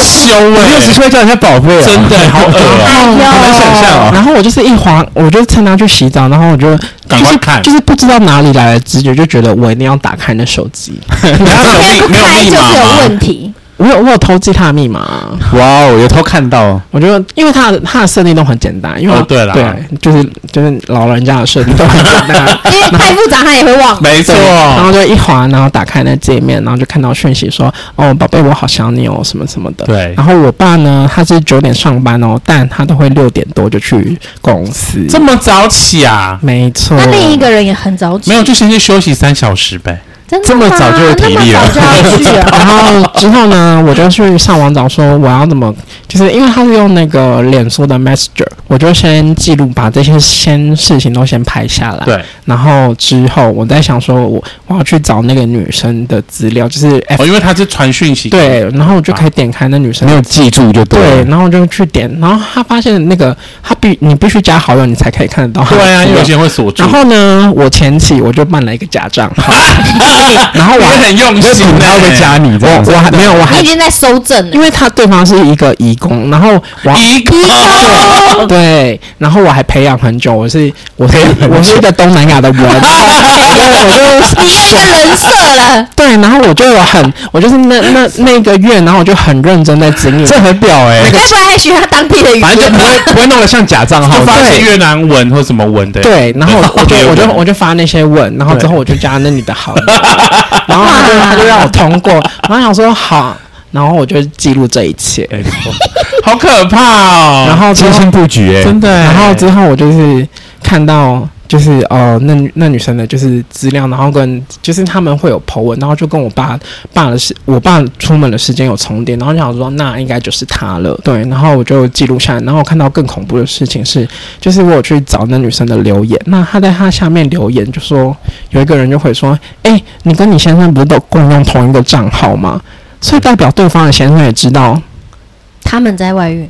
Speaker 4: 十岁叫人家宝贝啊，
Speaker 2: 真的好恶啊，
Speaker 3: 哎呦，
Speaker 4: 想象哦
Speaker 1: 然后我就是一滑，我就趁他去洗澡，然后我就
Speaker 2: 赶
Speaker 1: 就
Speaker 2: 快
Speaker 1: 是
Speaker 2: 看
Speaker 1: 就是不知道哪里来的直觉，就觉得我一定要打开你的手机。
Speaker 2: 然后没有
Speaker 3: 不
Speaker 2: 密没有
Speaker 3: 开
Speaker 2: 密
Speaker 3: 就
Speaker 2: 码
Speaker 3: 是有
Speaker 2: 吗？
Speaker 3: 问题。
Speaker 1: 我有我有偷记他的密码啊，
Speaker 4: 哇哦，有偷看到，
Speaker 1: 我觉得因为他的他的设定都很简单，因为
Speaker 2: 哦
Speaker 1: 我
Speaker 2: 对啦
Speaker 1: 对，就是就是老人家的设定都很简单。
Speaker 3: 因为太复杂他也会 忘。
Speaker 2: 没错，
Speaker 1: 然后就一滑，然后打开那界面，然后就看到讯息说：“哦，宝贝，我好想你哦，什么什么的。”
Speaker 2: 对
Speaker 1: 然后我爸呢，他是九点上班哦，但他都会六点多就去公司。
Speaker 2: 这么早起啊？
Speaker 1: 没错。
Speaker 3: 那另一个人也很早起，
Speaker 2: 没有，就先去休息三小时呗。
Speaker 3: 真的
Speaker 4: 这么
Speaker 3: 吗
Speaker 4: 早就有体力了
Speaker 3: 那么早 就要去了。
Speaker 1: 然后之后呢，我就去上网找说我要怎么，就是因为他是用那个脸书的 Messenger，我就先记录把这些先事情都先拍下来。。
Speaker 2: 对，
Speaker 1: 然后之后我在想说我，我要去找那个女生的资料，就是
Speaker 2: 哦，因啊为他是传讯息，
Speaker 1: 对，然后我就可以点开那女生
Speaker 4: 没有记住就对
Speaker 1: 对，
Speaker 4: 了。
Speaker 1: 然后就去点，然后他发现那个他必你必须加好友，你才可以看得到。
Speaker 2: 对啊，因为有些。人会锁住
Speaker 1: 然，后呢，我前期我就办了一个假 账号，然后
Speaker 2: 你
Speaker 1: 我还
Speaker 2: 很用心
Speaker 4: 他
Speaker 2: 欸，
Speaker 4: 会不会加你这样
Speaker 1: 我
Speaker 4: 子
Speaker 1: 我还没有，我
Speaker 3: 你
Speaker 1: 还
Speaker 3: 已经在收 证
Speaker 1: 因
Speaker 3: 了，
Speaker 1: 为他对方是一个移工，然后我
Speaker 2: 一个
Speaker 1: 对，然后我还培养很久，我是我是我是一个东南亚的人，然后我就
Speaker 3: 你又一个人设 了，
Speaker 1: 对，然后我就有很我就是那那那个月，然后我就很认真在经营，
Speaker 4: 这很屌 哎，
Speaker 3: 该不会还学他当地的语
Speaker 4: 反正
Speaker 3: 言
Speaker 4: 就不
Speaker 3: 吧？
Speaker 4: 会不会弄得像假账号
Speaker 2: 就，发现
Speaker 4: 对
Speaker 2: 越南文或什么文的，，
Speaker 1: 对，然后我就
Speaker 2: 对
Speaker 1: 我
Speaker 2: 我
Speaker 1: 就
Speaker 2: 有
Speaker 1: 我就发那些问，然后之后我就加那女的好友，然后他就他就让我通过，然后想说好，然后我就记录这一切，
Speaker 2: 没错，好可怕哦。
Speaker 1: 然后之
Speaker 4: 精
Speaker 1: 后
Speaker 4: 心布局哎，
Speaker 2: 真的欸，
Speaker 1: 然后之后我就是看到。就是哦，那女那女生的就是资料，然后跟就是他们会有 po 文，然后就跟我爸爸的时，我爸出门的时间有重叠，然后就想说那应该就是他了，对，然后我就记录下来，然后我看到更恐怖的事情是，就是我有去找那女生的留言，那她在她下面留言就说有一个人就会说，哎、你跟你先生不是都共用同一个账号吗？所以代表对方的先生也知道，
Speaker 3: 他们在外遇，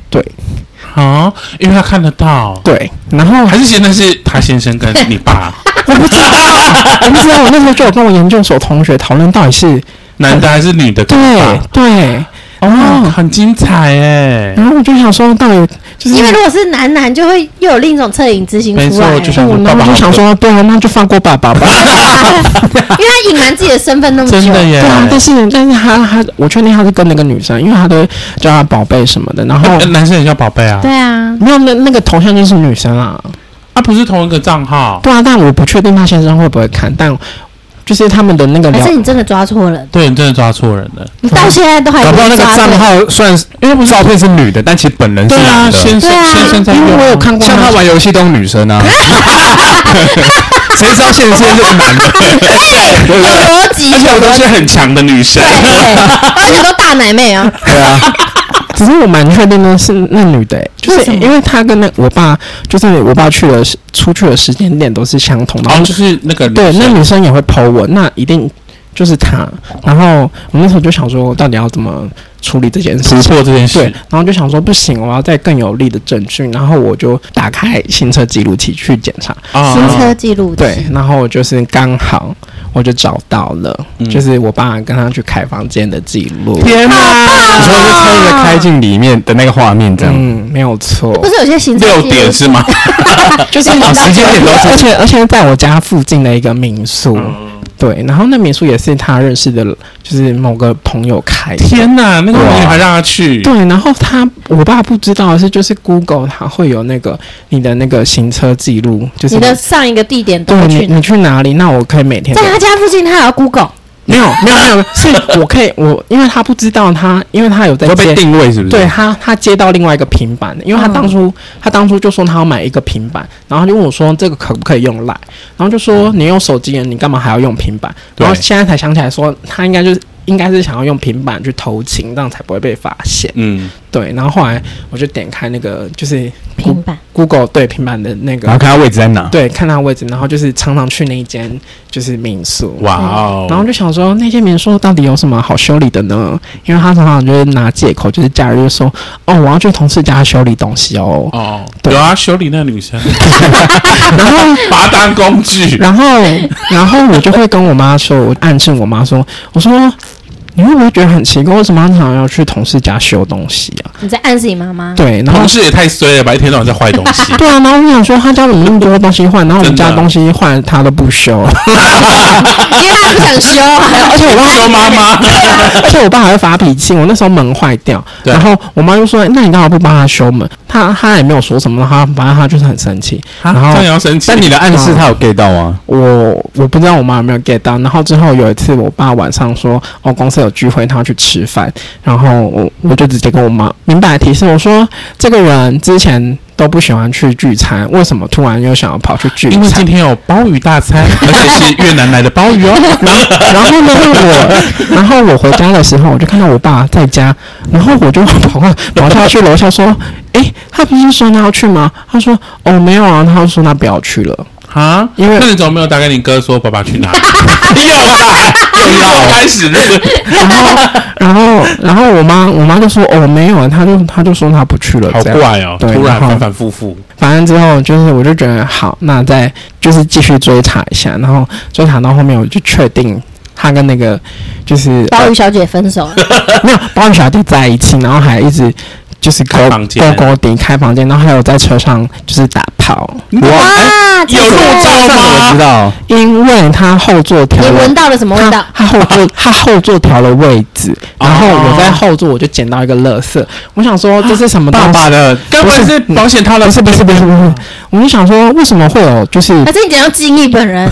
Speaker 2: 啊，因为他看得到，
Speaker 1: 对，然后
Speaker 2: 还是现在是他先生跟 你爸，
Speaker 1: 我不知道，我不知道。我那时候就有跟我研究所同学讨论，到底是
Speaker 2: 男的还是女的跟你
Speaker 1: 对
Speaker 2: 爸？
Speaker 1: 对，
Speaker 2: 哦，
Speaker 1: 哦。
Speaker 2: 很精彩哎。
Speaker 1: 然后我就想说，到底就是
Speaker 3: 因为如果是男男，就会又有另一种恻隐之心
Speaker 2: 没
Speaker 3: 出
Speaker 2: 错
Speaker 3: 来了，嗯
Speaker 2: 就
Speaker 3: 因
Speaker 2: 像
Speaker 1: 我，然后我就想说，对啊，那就放过爸 爸 吧。啊
Speaker 3: 为他隐瞒自己的身份那么久
Speaker 2: 真，的耶
Speaker 1: 对！啊，但是但是他他，我确定他是跟那个女生，因为他都叫她宝贝什么的。 然后
Speaker 2: 呃男生也叫宝贝啊，
Speaker 3: 对啊，
Speaker 1: 没有那那个头像就是女生啊，
Speaker 2: 他不是同一个账号，
Speaker 1: 对啊，但我不确定他先生会不会看，但就是他们的那个
Speaker 3: 还
Speaker 1: 聊
Speaker 3: 是，你真的抓错人，
Speaker 2: 对你真的抓错人了。
Speaker 3: 你到现在都还
Speaker 4: 搞不好
Speaker 3: 没
Speaker 4: 那个
Speaker 3: 抓
Speaker 4: 账
Speaker 3: 对。
Speaker 4: 号算是，因为不是照片是女的，但其实本人是
Speaker 2: 对啊，
Speaker 4: 男的。
Speaker 2: 先生
Speaker 3: 对啊
Speaker 2: 先生在
Speaker 1: 因为
Speaker 2: 用
Speaker 1: 我有看过
Speaker 4: 像他玩游戏都是女生 啊，谁知道现实世界就是男 的？对
Speaker 3: 有
Speaker 4: 不对？
Speaker 3: 逻辑，
Speaker 2: 而且我都是很强的女生
Speaker 3: 对，对，而且都大奶妹啊，
Speaker 4: 对啊，
Speaker 1: 只是我蛮确定的是那女的欸、就是
Speaker 3: 为什么
Speaker 1: 因为她跟那我爸，就是我爸去的时出去的时间点都是相同的，
Speaker 2: 然
Speaker 1: 然
Speaker 2: 后
Speaker 1: 后
Speaker 2: 哦
Speaker 1: 就
Speaker 2: 就
Speaker 1: 是
Speaker 2: 那个女
Speaker 1: 对
Speaker 2: 生
Speaker 1: 那女生也会剖我，那一定就是她。然后我那时候就想说，到底要怎么处理这件事
Speaker 2: 突
Speaker 1: 情？
Speaker 2: 破这
Speaker 1: 对
Speaker 2: 件事，，
Speaker 1: 然后就想说不行，我要再更有力的证据，然后我就打开行车记录器去检查。
Speaker 2: 啊
Speaker 3: 行车记录器
Speaker 1: 对，然后就是刚好我就找到了，就是我爸跟他去开房间的记录。
Speaker 4: 天哪！你说就特意的开进里面的那个画面，这样
Speaker 1: 嗯，没有错。
Speaker 3: 不是有些行程
Speaker 2: 六点是吗？
Speaker 1: 就是
Speaker 4: 哦 时间点都是
Speaker 1: 而且而且在我家附近的一个民宿，对，然后那民宿也是他认识的，就是某个朋友开的。
Speaker 2: 天哪，那个女孩让他去，
Speaker 1: 对，然后他我爸不知道的是，就是 Google 它会有那个你的那个行车记录，就是
Speaker 3: 你的上一个地点都
Speaker 1: 对
Speaker 3: 去
Speaker 1: 你
Speaker 3: 哪？
Speaker 1: 你去哪里，那我可以每天
Speaker 3: 在他家附近，他还要 Google，
Speaker 1: 没有没有没有，是我可以我因为他不知道他，因为他有在
Speaker 4: 会被
Speaker 1: 接。
Speaker 4: 定位是嗯不是？
Speaker 1: 对，他，他接到另外一个平板，因为他当初、他当初就说他要买一个平板，然后他就问我说这个可不可以用赖，然后就说
Speaker 4: 嗯
Speaker 1: 你用手机了，你干嘛还要用平板？
Speaker 2: 对
Speaker 1: 然后现在才想起来说他应该就是应该是想要用平板去偷情，这样才不会被发现。
Speaker 2: 嗯，
Speaker 1: 对，然后后来我就点开那个就是
Speaker 3: 平板
Speaker 1: Google 对平板的那
Speaker 4: 然
Speaker 1: 个
Speaker 4: 后看他位置在哪。
Speaker 1: 对看他位置，然后就是常常去那一间就是民宿。
Speaker 2: 哇哦，
Speaker 1: 然后就想说，那些民宿到底有什么好修理的呢？因为他常常就是拿借口，就是假日就说，哦，我要去同事家修理东西哦。
Speaker 2: 哦，
Speaker 1: 对
Speaker 2: 有啊，修理那女生， 然后把她当工具，
Speaker 1: 然后，然后我就会跟我妈说，我暗示我妈说，我说，你会不会觉得很奇怪，为什么他常常要去同事家修东西啊？
Speaker 3: 你在暗示你妈妈。
Speaker 1: 对， 然后，
Speaker 2: 同。事也太衰了吧，一天到晚在坏东西
Speaker 1: 对啊，然后我想说，他家怎么那么多东西换，然后我们
Speaker 2: 真的啊
Speaker 1: 家东西换他都不修，
Speaker 3: 因为他不想修啊。
Speaker 1: 而且我爸
Speaker 2: 修妈妈，
Speaker 1: 而且我爸还会 发脾气，我那时候门坏掉，
Speaker 2: 对
Speaker 1: 然后我妈就说：“哎那你干嘛不帮他修门？”他他也没有说什么，他反正他就是很生气。然
Speaker 2: 这
Speaker 1: 后
Speaker 2: 样也要生气，
Speaker 4: 但你的暗示他有 get 到吗？
Speaker 1: 我我不知道我妈有没有 get 到。然后之后有一次，我爸晚上说：“哦，公司有聚会，他要去吃饭。”然后我我就直接跟我妈明白提示我说：“这个人之前都不喜欢去聚餐，为什么突然又想要跑去聚
Speaker 2: 因为
Speaker 1: 餐
Speaker 2: 今天有鲍鱼大餐，而且是越南来的鲍鱼哦，然后？”
Speaker 1: 然后呢，我然后我回家的时候，我就看到我爸在家，然后我就跑过跑下去楼下说：“诶，他不是说他要去吗？”他说：“哦，没有啊。”他就说他不要去了。
Speaker 2: 啊，
Speaker 1: 因为
Speaker 2: 那你怎么没有打给你哥说爸爸 去哪里？
Speaker 4: 有 啦，
Speaker 2: 又要开始了，
Speaker 1: 然后，然后，然后我妈，我妈就说：“哦，没有啊。”他就他就说他不去了，
Speaker 2: 好
Speaker 1: 这样。
Speaker 2: 怪哦，
Speaker 1: 对
Speaker 2: 突然
Speaker 1: 然后
Speaker 2: 反反复复，
Speaker 1: 反正之后就是，我就觉得好，那再就是继续追查一下，然后追查到后面，我就确定他跟那个就是
Speaker 3: 鲍鱼小姐分手了，
Speaker 1: 没有包小弟在一起，然后还一直就是
Speaker 2: 开
Speaker 1: 勾
Speaker 2: 房间
Speaker 1: 勾勾顶开房间，然后还有在车上就是打炮，
Speaker 3: 哇！
Speaker 2: 有
Speaker 3: 这
Speaker 2: 录
Speaker 3: 个
Speaker 2: 照
Speaker 4: 这我
Speaker 2: 吗？
Speaker 4: 知道。
Speaker 1: 因为他后座调
Speaker 3: 你闻
Speaker 1: 了。
Speaker 3: 到了什么味
Speaker 1: 他
Speaker 3: 道？
Speaker 1: 他后座他后座调了位置，然后
Speaker 2: 哦
Speaker 1: 我在后座我就捡到一个垃圾，我想说
Speaker 3: 啊
Speaker 1: 这是什么东
Speaker 4: 爸
Speaker 1: 西？
Speaker 4: 爸的
Speaker 2: 根本是保险套的，
Speaker 1: 不是不是不是不是，我就想说为什么会有就是
Speaker 3: 还是你讲到金毅本人？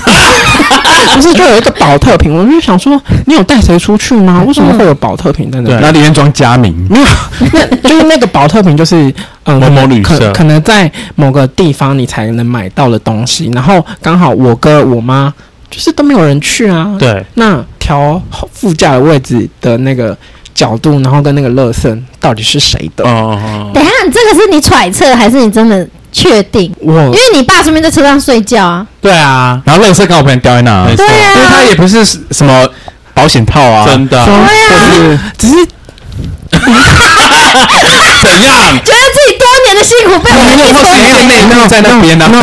Speaker 1: 不是就有一个保特瓶，我就想说你有带谁出去吗？为什么会有保特瓶在那
Speaker 2: 对
Speaker 1: 边？
Speaker 4: 然后里面装佳明，
Speaker 1: 没有，那就是那个保特瓶，就是嗯，
Speaker 2: 某某旅
Speaker 1: 可
Speaker 2: 社
Speaker 4: 啊
Speaker 1: 可能在某个地方你才能买到的东西，然后刚好我哥我妈就是都没有人去啊。，
Speaker 2: 对，
Speaker 1: 那调副驾的位置的那个角度，然后跟那个乐色到底是谁的？
Speaker 2: 哦，
Speaker 3: 等一下，你这个是你揣测还是你真的确定？因
Speaker 4: 嗯
Speaker 1: 我
Speaker 3: 为你爸顺便在车上睡觉啊。
Speaker 2: 对啊，
Speaker 4: 然后乐色刚好不能掉在那啊，
Speaker 2: 没
Speaker 4: 因
Speaker 2: 错，
Speaker 3: 对啊
Speaker 4: 为他也不是什么保险套啊，
Speaker 2: 真的
Speaker 1: 说
Speaker 4: 就是
Speaker 1: 只是
Speaker 2: 怎样？
Speaker 3: 觉得自己多年的辛苦被我们一
Speaker 4: 或是一
Speaker 3: 推，
Speaker 4: 件内裤在那边呢。
Speaker 1: 那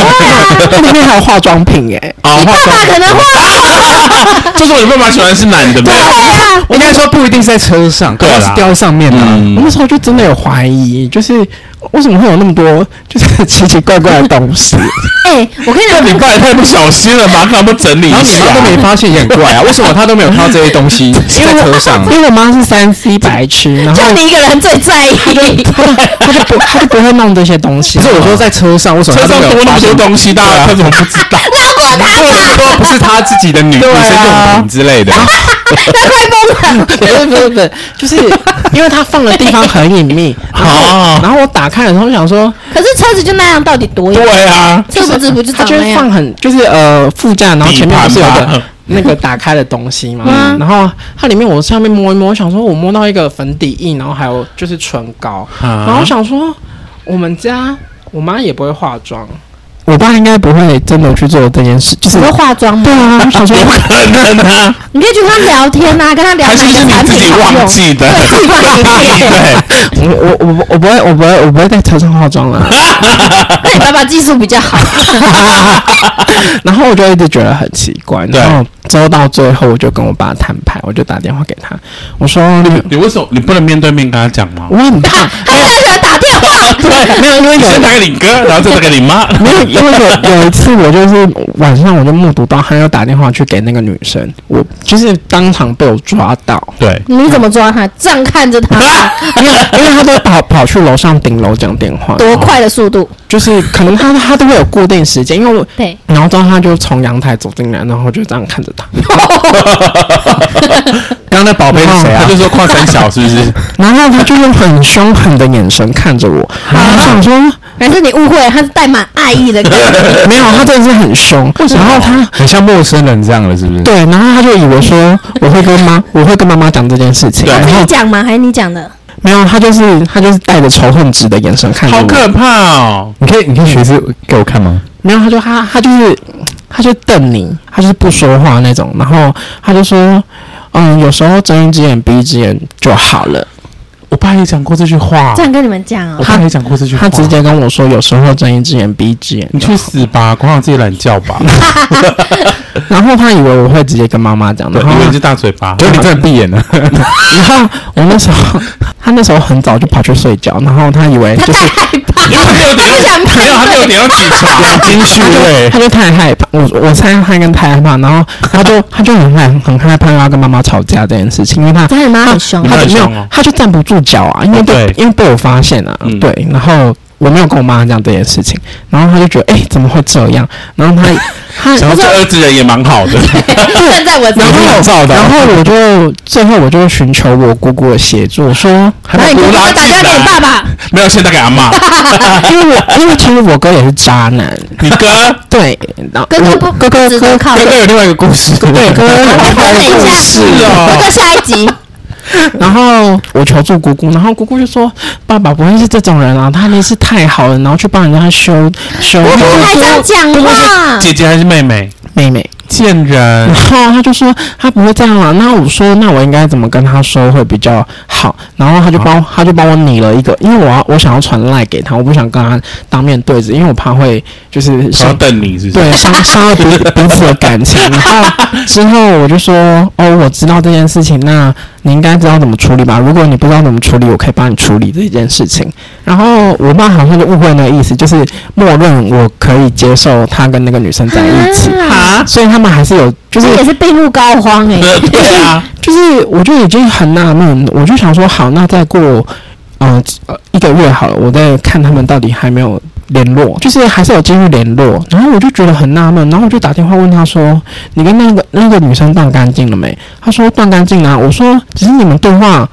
Speaker 1: 里面还有化妆品哎，
Speaker 4: 啊，
Speaker 3: 你
Speaker 4: 化
Speaker 3: 爸
Speaker 4: 妆
Speaker 3: 爸可能会
Speaker 2: 哦就是我的爸爸喜欢是男的吗？
Speaker 3: 啊，
Speaker 4: 应该说不一定是在车上，可
Speaker 2: 对啦
Speaker 4: 能是掉上面啊。
Speaker 2: 嗯
Speaker 1: 我那时候就真的有怀疑，就是为什么会有那么多就是奇奇怪怪的东西？
Speaker 3: 哎，我跟你
Speaker 2: 那
Speaker 3: 讲，
Speaker 2: 你爸也太不小心了吧？干嘛不整理
Speaker 4: 然
Speaker 2: 一
Speaker 4: 后你妈都
Speaker 2: 下？
Speaker 4: 没发现，也很怪啊，为什么她都没有看到这些东西 是在车上？
Speaker 1: 因为我妈是三 C 白痴，然后
Speaker 3: 就你 一个人最在意。
Speaker 1: 他就不他就不会弄这些东西。
Speaker 4: 不是我说在车上，为什么
Speaker 2: 车
Speaker 4: 她都
Speaker 2: 上
Speaker 4: 没
Speaker 2: 多
Speaker 4: 有
Speaker 2: 那么
Speaker 4: 发现啊
Speaker 2: 多？东西，大家他怎么不知道？
Speaker 4: 或者 是说不是她自己的女女
Speaker 1: 对啊
Speaker 4: 生用品之类的？
Speaker 1: 不是不是不是，就是因为他放的地方很隐 秘，然
Speaker 2: 哦
Speaker 1: 后然后我打开的时候想说，
Speaker 3: 可是车子就那样，啊到底多远？
Speaker 2: 对啊，
Speaker 3: 车子不就
Speaker 1: 他
Speaker 3: 长
Speaker 1: 就
Speaker 3: 那
Speaker 1: 是
Speaker 3: 样
Speaker 1: 放？很就是呃副驾，然后前面不是有
Speaker 2: 底盘
Speaker 1: 个
Speaker 2: 吧
Speaker 1: 那个打开的东西嘛，
Speaker 3: 嗯
Speaker 1: 然后它里面我上面摸一摸，我想说我摸到一个粉底液，然后还有就是唇膏，
Speaker 2: 啊
Speaker 1: 然后我想说我们家我妈也不会化妆，我爸应该不会真的去做这件事，就是
Speaker 3: 你 会化妆
Speaker 1: 对
Speaker 3: 吗？
Speaker 1: 啊，想说
Speaker 2: 可能啊，
Speaker 3: 你可以去跟他聊天啊，跟他聊哪
Speaker 2: 还
Speaker 3: 个
Speaker 2: 是是
Speaker 3: 产
Speaker 2: 你
Speaker 3: 品好用，
Speaker 2: 自己忘记的？
Speaker 3: 对，自己 忘记的。
Speaker 2: 对，
Speaker 1: 我我我不我不会我不会我不会在车上化妆了，
Speaker 3: 那你爸爸技术比较好，
Speaker 1: 然后我就一直觉得很奇怪，
Speaker 2: 对
Speaker 1: 然后之后到最后我就跟我爸摊牌，我就打电话给他，我说
Speaker 2: 你为什么你不能面对面跟他讲吗
Speaker 1: 我？很 怕，
Speaker 3: 他现在喜欢打电话，
Speaker 1: 对，没有因为
Speaker 2: 你
Speaker 1: 有
Speaker 2: 先打给你哥，然后再打给你妈。
Speaker 1: 没有，因为有有一次我就是晚上我就目睹到他要打电话去给那个女生，我就是当场被我抓到，
Speaker 2: 对，
Speaker 3: 你怎么抓他？这样看着他，
Speaker 1: 因为因为他都跑跑去楼上顶楼讲电话，
Speaker 3: 多快的速度？
Speaker 1: 就是可能他他都会有固定时间，因为我
Speaker 3: 对，
Speaker 1: 然后之后他就从阳台走进来，然后我就这样看着他，
Speaker 4: 刚刚那宝贝是谁啊
Speaker 2: 他就？说跨三小是不是？
Speaker 1: 然后他就用很凶狠的眼神看着我，
Speaker 2: 啊
Speaker 1: 然后想说。
Speaker 3: 还是你误会了，他是带满爱意的感觉。
Speaker 1: 没有，他真的是很凶。然后他
Speaker 4: 哦很像陌生人这样了，是不是？
Speaker 1: 对，然后他就以为说我会跟妈，我会跟妈妈讲这件事情。
Speaker 2: 对
Speaker 1: 然
Speaker 3: 是
Speaker 1: 后
Speaker 3: 你讲吗？还是你讲的？
Speaker 1: 没有，他就是他就是带着仇恨值的眼神看着
Speaker 2: 好
Speaker 1: 我。
Speaker 2: 可怕哦！
Speaker 4: 你可以，你可以学次给我看吗？
Speaker 1: 没有，他就他他就是他就瞪你，他就是不说话那种。然后他就说，嗯，有时候睁一只眼闭一只眼就好了。
Speaker 2: 我爸也讲过这句话
Speaker 3: 这，样跟你们讲
Speaker 2: 我
Speaker 3: 哦。
Speaker 2: 爸也讲过这句话。
Speaker 1: 他直接跟我说，有时候睁一只眼闭一只眼
Speaker 2: 你
Speaker 1: 就好。
Speaker 2: 去死吧，管好自己懒觉吧。
Speaker 1: 然后他以为我会直接跟妈妈讲，
Speaker 2: 对，
Speaker 1: 然后
Speaker 2: 因为你是大嘴巴。
Speaker 4: 结果你真的闭眼了，
Speaker 1: 然后我那时候他那时候很早就跑去睡觉，然后他以为
Speaker 3: 他
Speaker 1: 就是
Speaker 3: 太害怕了，
Speaker 2: 六
Speaker 3: 他不
Speaker 2: 点，
Speaker 3: 想
Speaker 2: 没有，他六
Speaker 3: 面对。
Speaker 2: 点要起床。
Speaker 4: 金旭瑞
Speaker 1: 他就太害怕，我我猜他应该太害怕，然后他就他就很害很害怕要跟妈妈吵架这件事情，因为他
Speaker 3: 真的吗？很凶啊
Speaker 2: 你
Speaker 1: 他
Speaker 2: 很
Speaker 1: 就没
Speaker 2: 凶
Speaker 1: 有
Speaker 2: 哦
Speaker 1: 他就站不住脚啊，因为被、
Speaker 2: 哦对
Speaker 1: 因为被我发现啊，
Speaker 2: 嗯
Speaker 1: 对，然后我没有跟我妈讲这件事情，然后他就觉得哎、怎么会这样，然后 他他
Speaker 2: 然后这儿子人也蛮好的，
Speaker 3: 站在我这
Speaker 1: 然
Speaker 3: 边，
Speaker 1: 后
Speaker 4: 造的
Speaker 1: 然后我就最后我就寻求我姑姑的协助，我说
Speaker 3: 然哎后你就打电话给你爸爸，
Speaker 2: 没有现在给阿妈。
Speaker 1: 因为我因为其实我哥也是渣男，
Speaker 2: 你哥
Speaker 1: 对，然后
Speaker 3: 哥哥
Speaker 1: 我
Speaker 3: 不哥哥值得靠
Speaker 4: 哥
Speaker 3: 近。
Speaker 4: 哥有另外一个故事，
Speaker 1: 对哦哥哥有另外
Speaker 3: 等
Speaker 1: 一个
Speaker 3: 一
Speaker 1: 故
Speaker 3: 下，
Speaker 1: 事
Speaker 2: 哦
Speaker 3: 哥哥下一集。
Speaker 1: 然后我求助姑姑，然后姑姑就说：“爸爸不会是这种人啊，他真是太好了，然后去帮人家修修
Speaker 3: 姑姑还这样讲话，
Speaker 2: 姐姐还是妹妹？
Speaker 1: 妹妹。”
Speaker 2: 贱人
Speaker 1: 然！后他就说他不会这样啊。那我说那我应该怎么跟他说会比较好？然后他就帮、他就帮我拟了一个，因为我要我想要传赖给他，我不想跟他当面对质，因为我怕会就是
Speaker 2: 想要
Speaker 1: 伤
Speaker 2: 瞪你是不是？
Speaker 1: 对，伤伤了彼彼此的感情。然后之后我就说，哦，我知道这件事情，那你应该知道怎么处理吧？如果你不知道怎么处理，我可以帮你处理这件事情。然后我妈好像就误会那个意思，就是默认我可以接受他跟那个女生在一起，
Speaker 3: 啊
Speaker 1: 所以他们还是有，就是
Speaker 3: 这也是病入膏肓哎、
Speaker 2: 呃对啊，
Speaker 1: 就是，我就已经很纳闷，我就想说，好，那再过呃呃一个月好了，我再看他们到底还没有联络，就是还是有继续联络。然后我就觉得很纳闷，然后我就打电话问他说：“你跟那个那个女生断干净了没？”他说：“断干净啊。”我说：“只是你们对话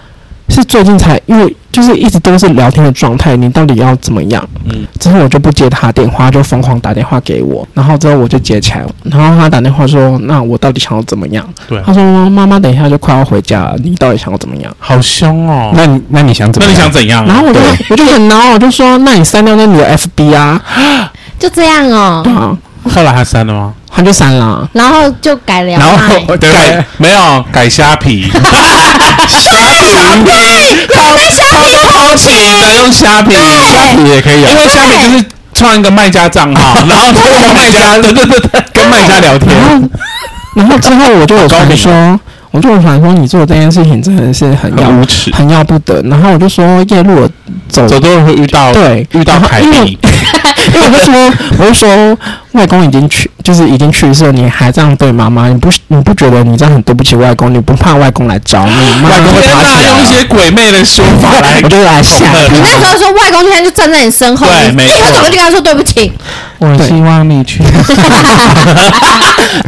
Speaker 1: 是最近才，因为就是一直都是聊天的状态，你到底要怎么样？”
Speaker 2: 嗯，
Speaker 1: 之后我就不接他电话，就疯狂打电话给我，然后之后我就接起来，然后他打电话说：“那我到底想要怎么样？”
Speaker 2: 对
Speaker 1: 他，说：“妈妈，等一下就快要回家了，你到底想要怎么样
Speaker 2: 好凶哦。
Speaker 4: 那你那你想怎
Speaker 2: 那
Speaker 4: 么
Speaker 2: 你
Speaker 4: 样？
Speaker 2: 想怎？”样？
Speaker 1: 然后我就我就很恼，我就说：“那你删掉那女的 FB 啊
Speaker 3: 就这样！”哦、
Speaker 1: 对啊，
Speaker 2: 后来他删了吗？
Speaker 1: 他就删了啊。
Speaker 3: 然后就改聊
Speaker 4: 然
Speaker 3: 赖，
Speaker 4: 后对
Speaker 2: 改，没有改虾皮，
Speaker 4: 虾皮，
Speaker 3: 有在想
Speaker 2: 偷偷偷情的用虾皮，
Speaker 4: 虾皮也可以啊
Speaker 2: 因，为虾皮就是创一个卖家账号，然后通过卖家， 对对对对，
Speaker 4: 跟卖家聊天，
Speaker 1: 然后然后之后我就有传说，我就有传说你做这件事情真的是很要
Speaker 2: 很无耻。
Speaker 1: 很要不得。然后我就说夜路走
Speaker 2: 走多了会遇到
Speaker 1: 对，
Speaker 2: 遇到
Speaker 1: 然后
Speaker 2: 凯
Speaker 1: 因为
Speaker 2: 蒂，
Speaker 1: 因为 我就说，我就说外公已经去，就是已经去世了，你还这样对妈妈，你不你不觉得你这样很对不起外公？你不怕外公来找你 吗？，
Speaker 4: 外公会
Speaker 2: 天
Speaker 4: 爬起
Speaker 2: 哪，
Speaker 4: 来
Speaker 2: 用一些鬼魅的手法来
Speaker 1: 我就来吓
Speaker 2: 恐
Speaker 1: 他
Speaker 2: 吓
Speaker 3: 你那时候说外公现在就站在你身后，
Speaker 2: 对
Speaker 3: 你
Speaker 2: 没
Speaker 3: 立刻
Speaker 2: 错
Speaker 3: 走过去跟他说对不起，
Speaker 2: 我希望你去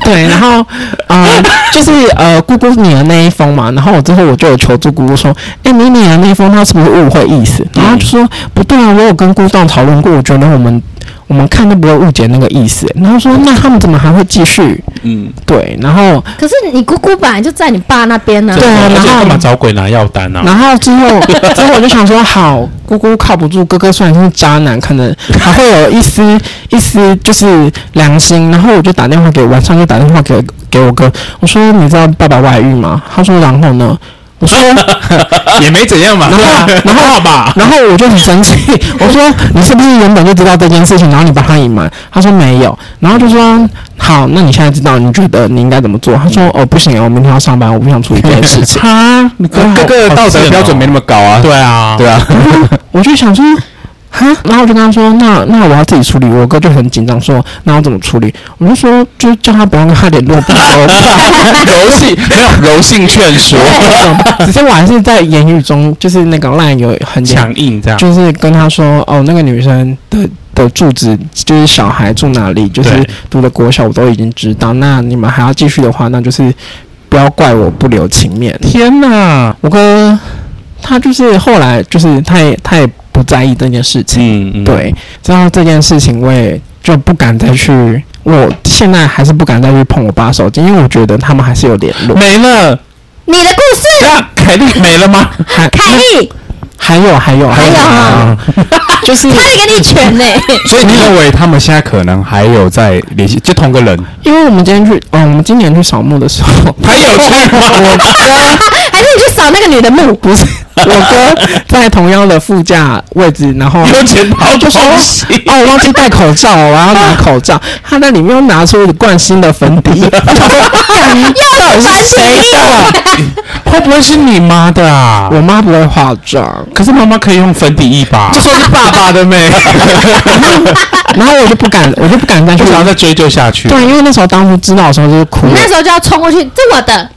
Speaker 1: 对，然后呃，就是呃，姑姑你的那一封嘛，然后我之后我就有求助姑姑说，哎、你你的那一封他是不是误会意思？然后她就说不对啊，我有跟姑丈讨论过，我觉得我们我们看都不会误解那个意思。然后说，那他们怎么还会继续？
Speaker 2: 嗯，
Speaker 1: 对，然后
Speaker 3: 可是你姑姑本来就在你爸那边呢、
Speaker 1: 对啊
Speaker 2: 而且
Speaker 1: 然后
Speaker 2: 干嘛找鬼拿药单啊？
Speaker 1: 然后之 后之后我就想说，好，姑姑靠不住，哥哥虽然是渣男，可能还会有一丝一丝就是良心。然后我就打电话给晚上就打电话给给我哥，我说你知道爸爸外遇吗？他说然后呢？我 说，
Speaker 4: 也没怎样嘛。
Speaker 1: 然后，然后好吧，然后我就很生气，我说你是不是原本就知道这件事情，然后你把它隐瞒？他说没有，然后就说好，那你现在知道，你觉得你应该怎么做？他说哦，不行啊，我明天要上班，我不想处理这件事情。
Speaker 2: 他，你哥
Speaker 4: 哥哥的道德标准没那
Speaker 2: 么
Speaker 4: 么高啊。
Speaker 2: 对啊，
Speaker 4: 对啊，
Speaker 1: 我就想说，哈，然后我就跟他说，那那我要自己处理。我哥就很紧张说，那我怎么处理？我就说，就叫他不要跟他联络吧。
Speaker 4: 柔性没有柔性劝说，
Speaker 1: 只是我还是在言语中，就是那个烂有很强。
Speaker 2: 强啊硬这样，
Speaker 1: 就是跟他说哦，那个女生的的住址就是小孩住哪里，就是
Speaker 2: 对
Speaker 1: 读的国小我都已经知道。那你们还要继续的话，那就是不要怪我不留情面。
Speaker 2: 天哪，
Speaker 1: 我哥他就是后来就是他也他也不在意这件事情，
Speaker 2: 嗯，嗯，
Speaker 1: 对，知道这件事情我也就不敢再去。我现在还是不敢再去碰我爸手机，因为我觉得他们还是有联络。
Speaker 2: 没了，
Speaker 3: 你的故
Speaker 2: 这
Speaker 3: 事，
Speaker 2: 样凯莉没了吗？
Speaker 1: 还
Speaker 3: 凯莉，
Speaker 1: 还有还有还
Speaker 2: 哎
Speaker 3: 还有啊，
Speaker 1: 就是
Speaker 3: 他在给你拳呢、
Speaker 4: 所以你认为他们现在可能还有在联系，就同个人？
Speaker 1: 因为我们今天去，嗯、我们今年去扫墓的时 候，
Speaker 2: 还有去 吗？
Speaker 3: 还是你去扫那个女的墓？
Speaker 1: 不是，我哥在同样的副驾位置，然后
Speaker 2: 有钱包
Speaker 1: 就说
Speaker 2: 东西，
Speaker 1: 哦，我忘记戴口罩，我要拿口罩。他在里面又拿出一罐新的粉底，我想说干到底是谁的？
Speaker 2: 会不会是你妈的啊？
Speaker 1: 我妈不会化妆，
Speaker 2: 可是妈妈可以用粉底液吧？
Speaker 4: 就说是爸爸 的妹，
Speaker 1: 然后我就不敢，我就不敢再去
Speaker 2: 不。想 要再追究下去。
Speaker 1: 对，因为那时候当初知道的时候就是哭
Speaker 3: 你
Speaker 1: 了，
Speaker 3: 那时候就要冲过去，这我的，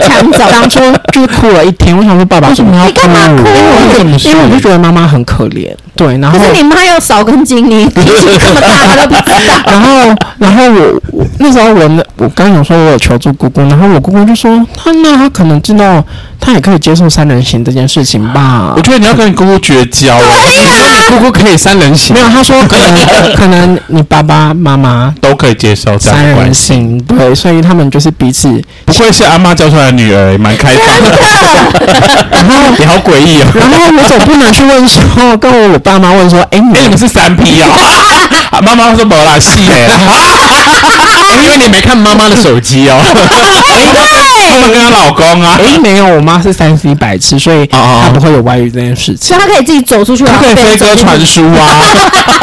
Speaker 1: 抢走。当初就是哭了一天，我想说爸爸为什么要
Speaker 3: 你干嘛哭
Speaker 1: 因为我就
Speaker 2: 为什么是
Speaker 1: 因为我就觉得妈妈很可怜，对，然后
Speaker 3: 可是你妈又少根筋，你脾气这么大，她都不 知 道。
Speaker 1: 然后，然后我我那时候我那我刚有说我有求助姑姑，然后我姑姑就说，她那她可能知道，她也可以接受三人行这件事情吧
Speaker 2: 我。觉得你要跟你姑姑绝交了，
Speaker 4: 你说你姑姑可以三人行
Speaker 1: 啊没？有，她说可 能可能你爸爸妈妈
Speaker 2: 都可以接受这样
Speaker 1: 三
Speaker 2: 的关
Speaker 1: 人
Speaker 2: 系。
Speaker 1: 行，对，所以他们就是彼此。
Speaker 2: 不愧是阿妈教出来的女儿，也蛮开放的。
Speaker 1: 然后，
Speaker 2: 你好诡异哦！
Speaker 1: 然后我总不能去问说，跟我爸妈问说，哎，你
Speaker 2: 哎，你们是三 P 啊？妈妈说没啦， 是哎，
Speaker 4: 因为你没看妈妈的手机哦。
Speaker 2: 他们跟她老公啊，
Speaker 1: 哎没有，我妈是三 C 白痴，所以
Speaker 2: 哦哦
Speaker 1: 她不会有外遇这件事情
Speaker 3: 所以。她可以自己走出去，然
Speaker 2: 她
Speaker 3: 后
Speaker 2: 可以飞
Speaker 3: 被
Speaker 2: 鸽
Speaker 3: 走进去
Speaker 2: 传书啊，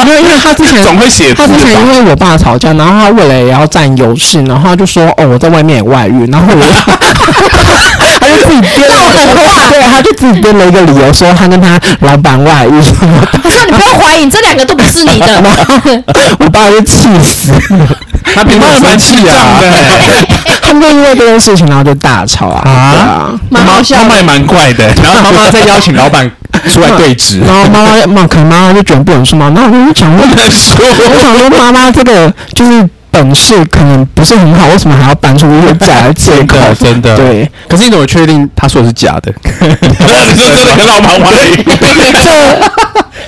Speaker 1: 因为因为她之前
Speaker 2: 总会写
Speaker 1: 他
Speaker 2: 字
Speaker 1: 之前因
Speaker 2: 吧？
Speaker 1: 为我爸吵架，然后他为了也要占优势，然后他就说：“哦，我在外面有外遇。”然 后我，他就自己编了一个对，他就自己编了一个理由，说他跟他老板外遇什么的。
Speaker 3: 我说你不用怀疑，这两个都不是你 的。
Speaker 1: 我爸就气死了，
Speaker 4: 他平常生气啊，
Speaker 1: 他们就因为这件事情，然后就大吵啊。对啊
Speaker 2: 妈
Speaker 3: 蛮好笑的
Speaker 2: 妈也蛮怪的。
Speaker 4: 然后妈妈再邀请老板出来对质
Speaker 1: 然，后妈妈妈可能妈妈就觉得不能说嘛，那我就想问， 我想说妈妈这个就是本事可能不是很好，为什么还要搬出一个假的借口？
Speaker 2: 真的真的
Speaker 1: 对。
Speaker 4: 可是你怎么确定他说的是假的？
Speaker 2: 你说真的跟老板玩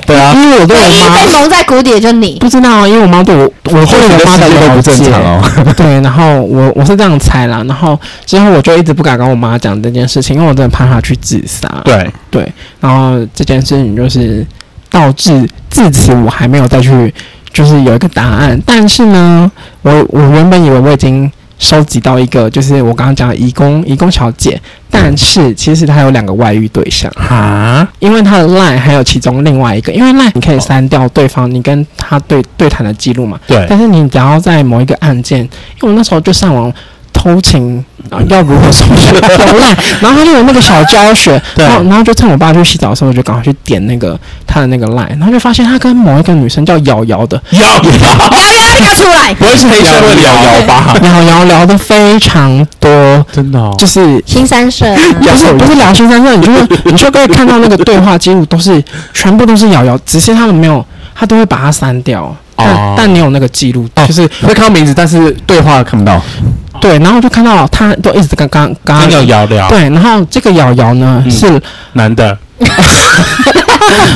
Speaker 4: 对啊，
Speaker 1: 因为我对
Speaker 3: 唯一
Speaker 1: 我妈
Speaker 3: 被蒙在鼓底的就是你，
Speaker 1: 不知道啊，因为我妈对我，我对我妈的
Speaker 4: 都
Speaker 1: 了
Speaker 4: 不
Speaker 1: 解
Speaker 4: 正常。哦。
Speaker 1: 对，然后我我是这样猜啦，然后之后我就一直不敢跟我妈讲这件事情，因为我真的怕她去自杀。
Speaker 2: 对，
Speaker 1: 对，然后这件事情就是导致至此我还没有再去就是有一个答案，但是呢，我我原本以为我已经收集到一个，就是我刚刚讲的义工义工小姐，但是其实她有两个外遇对象。
Speaker 2: 啊，
Speaker 1: 因为他的 line 还有其中另外一个，因为 line 你可以删掉对方你跟他对对谈的记录嘛，
Speaker 2: 对
Speaker 1: 但是你只要在某一个案件，因为我那时候就上网偷情，啊、
Speaker 2: 嗯
Speaker 1: 要如何搜寻 line，然后他就有那个小教学，
Speaker 2: 对
Speaker 1: 然后然后就趁我爸去洗澡的时候，我就赶快去点那个他的那个 line，然后就发现他跟某一个女生叫瑶瑶的，
Speaker 2: 要
Speaker 3: 瑶瑶你给我出来！
Speaker 2: 不会是黑社会 的瑶瑶吧？
Speaker 1: 瑶瑶聊的非常多，
Speaker 2: 真啊的哦
Speaker 1: 就是
Speaker 3: 新三社啊，
Speaker 1: 不是不是聊新三色，你就会 你就可以看到那个对话记录都是全部都是瑶瑶，只是他们没有，他都会把它删掉。但、
Speaker 2: 哦
Speaker 1: 但你有那个记录，就是
Speaker 4: 哦会看到名字，但是对话看不到。
Speaker 1: 对，然后就看到他都一直跟刚刚刚
Speaker 2: 跟瑶瑶聊，
Speaker 1: 对，然后这个瑶瑶呢、
Speaker 2: 嗯
Speaker 1: 是
Speaker 2: 男的，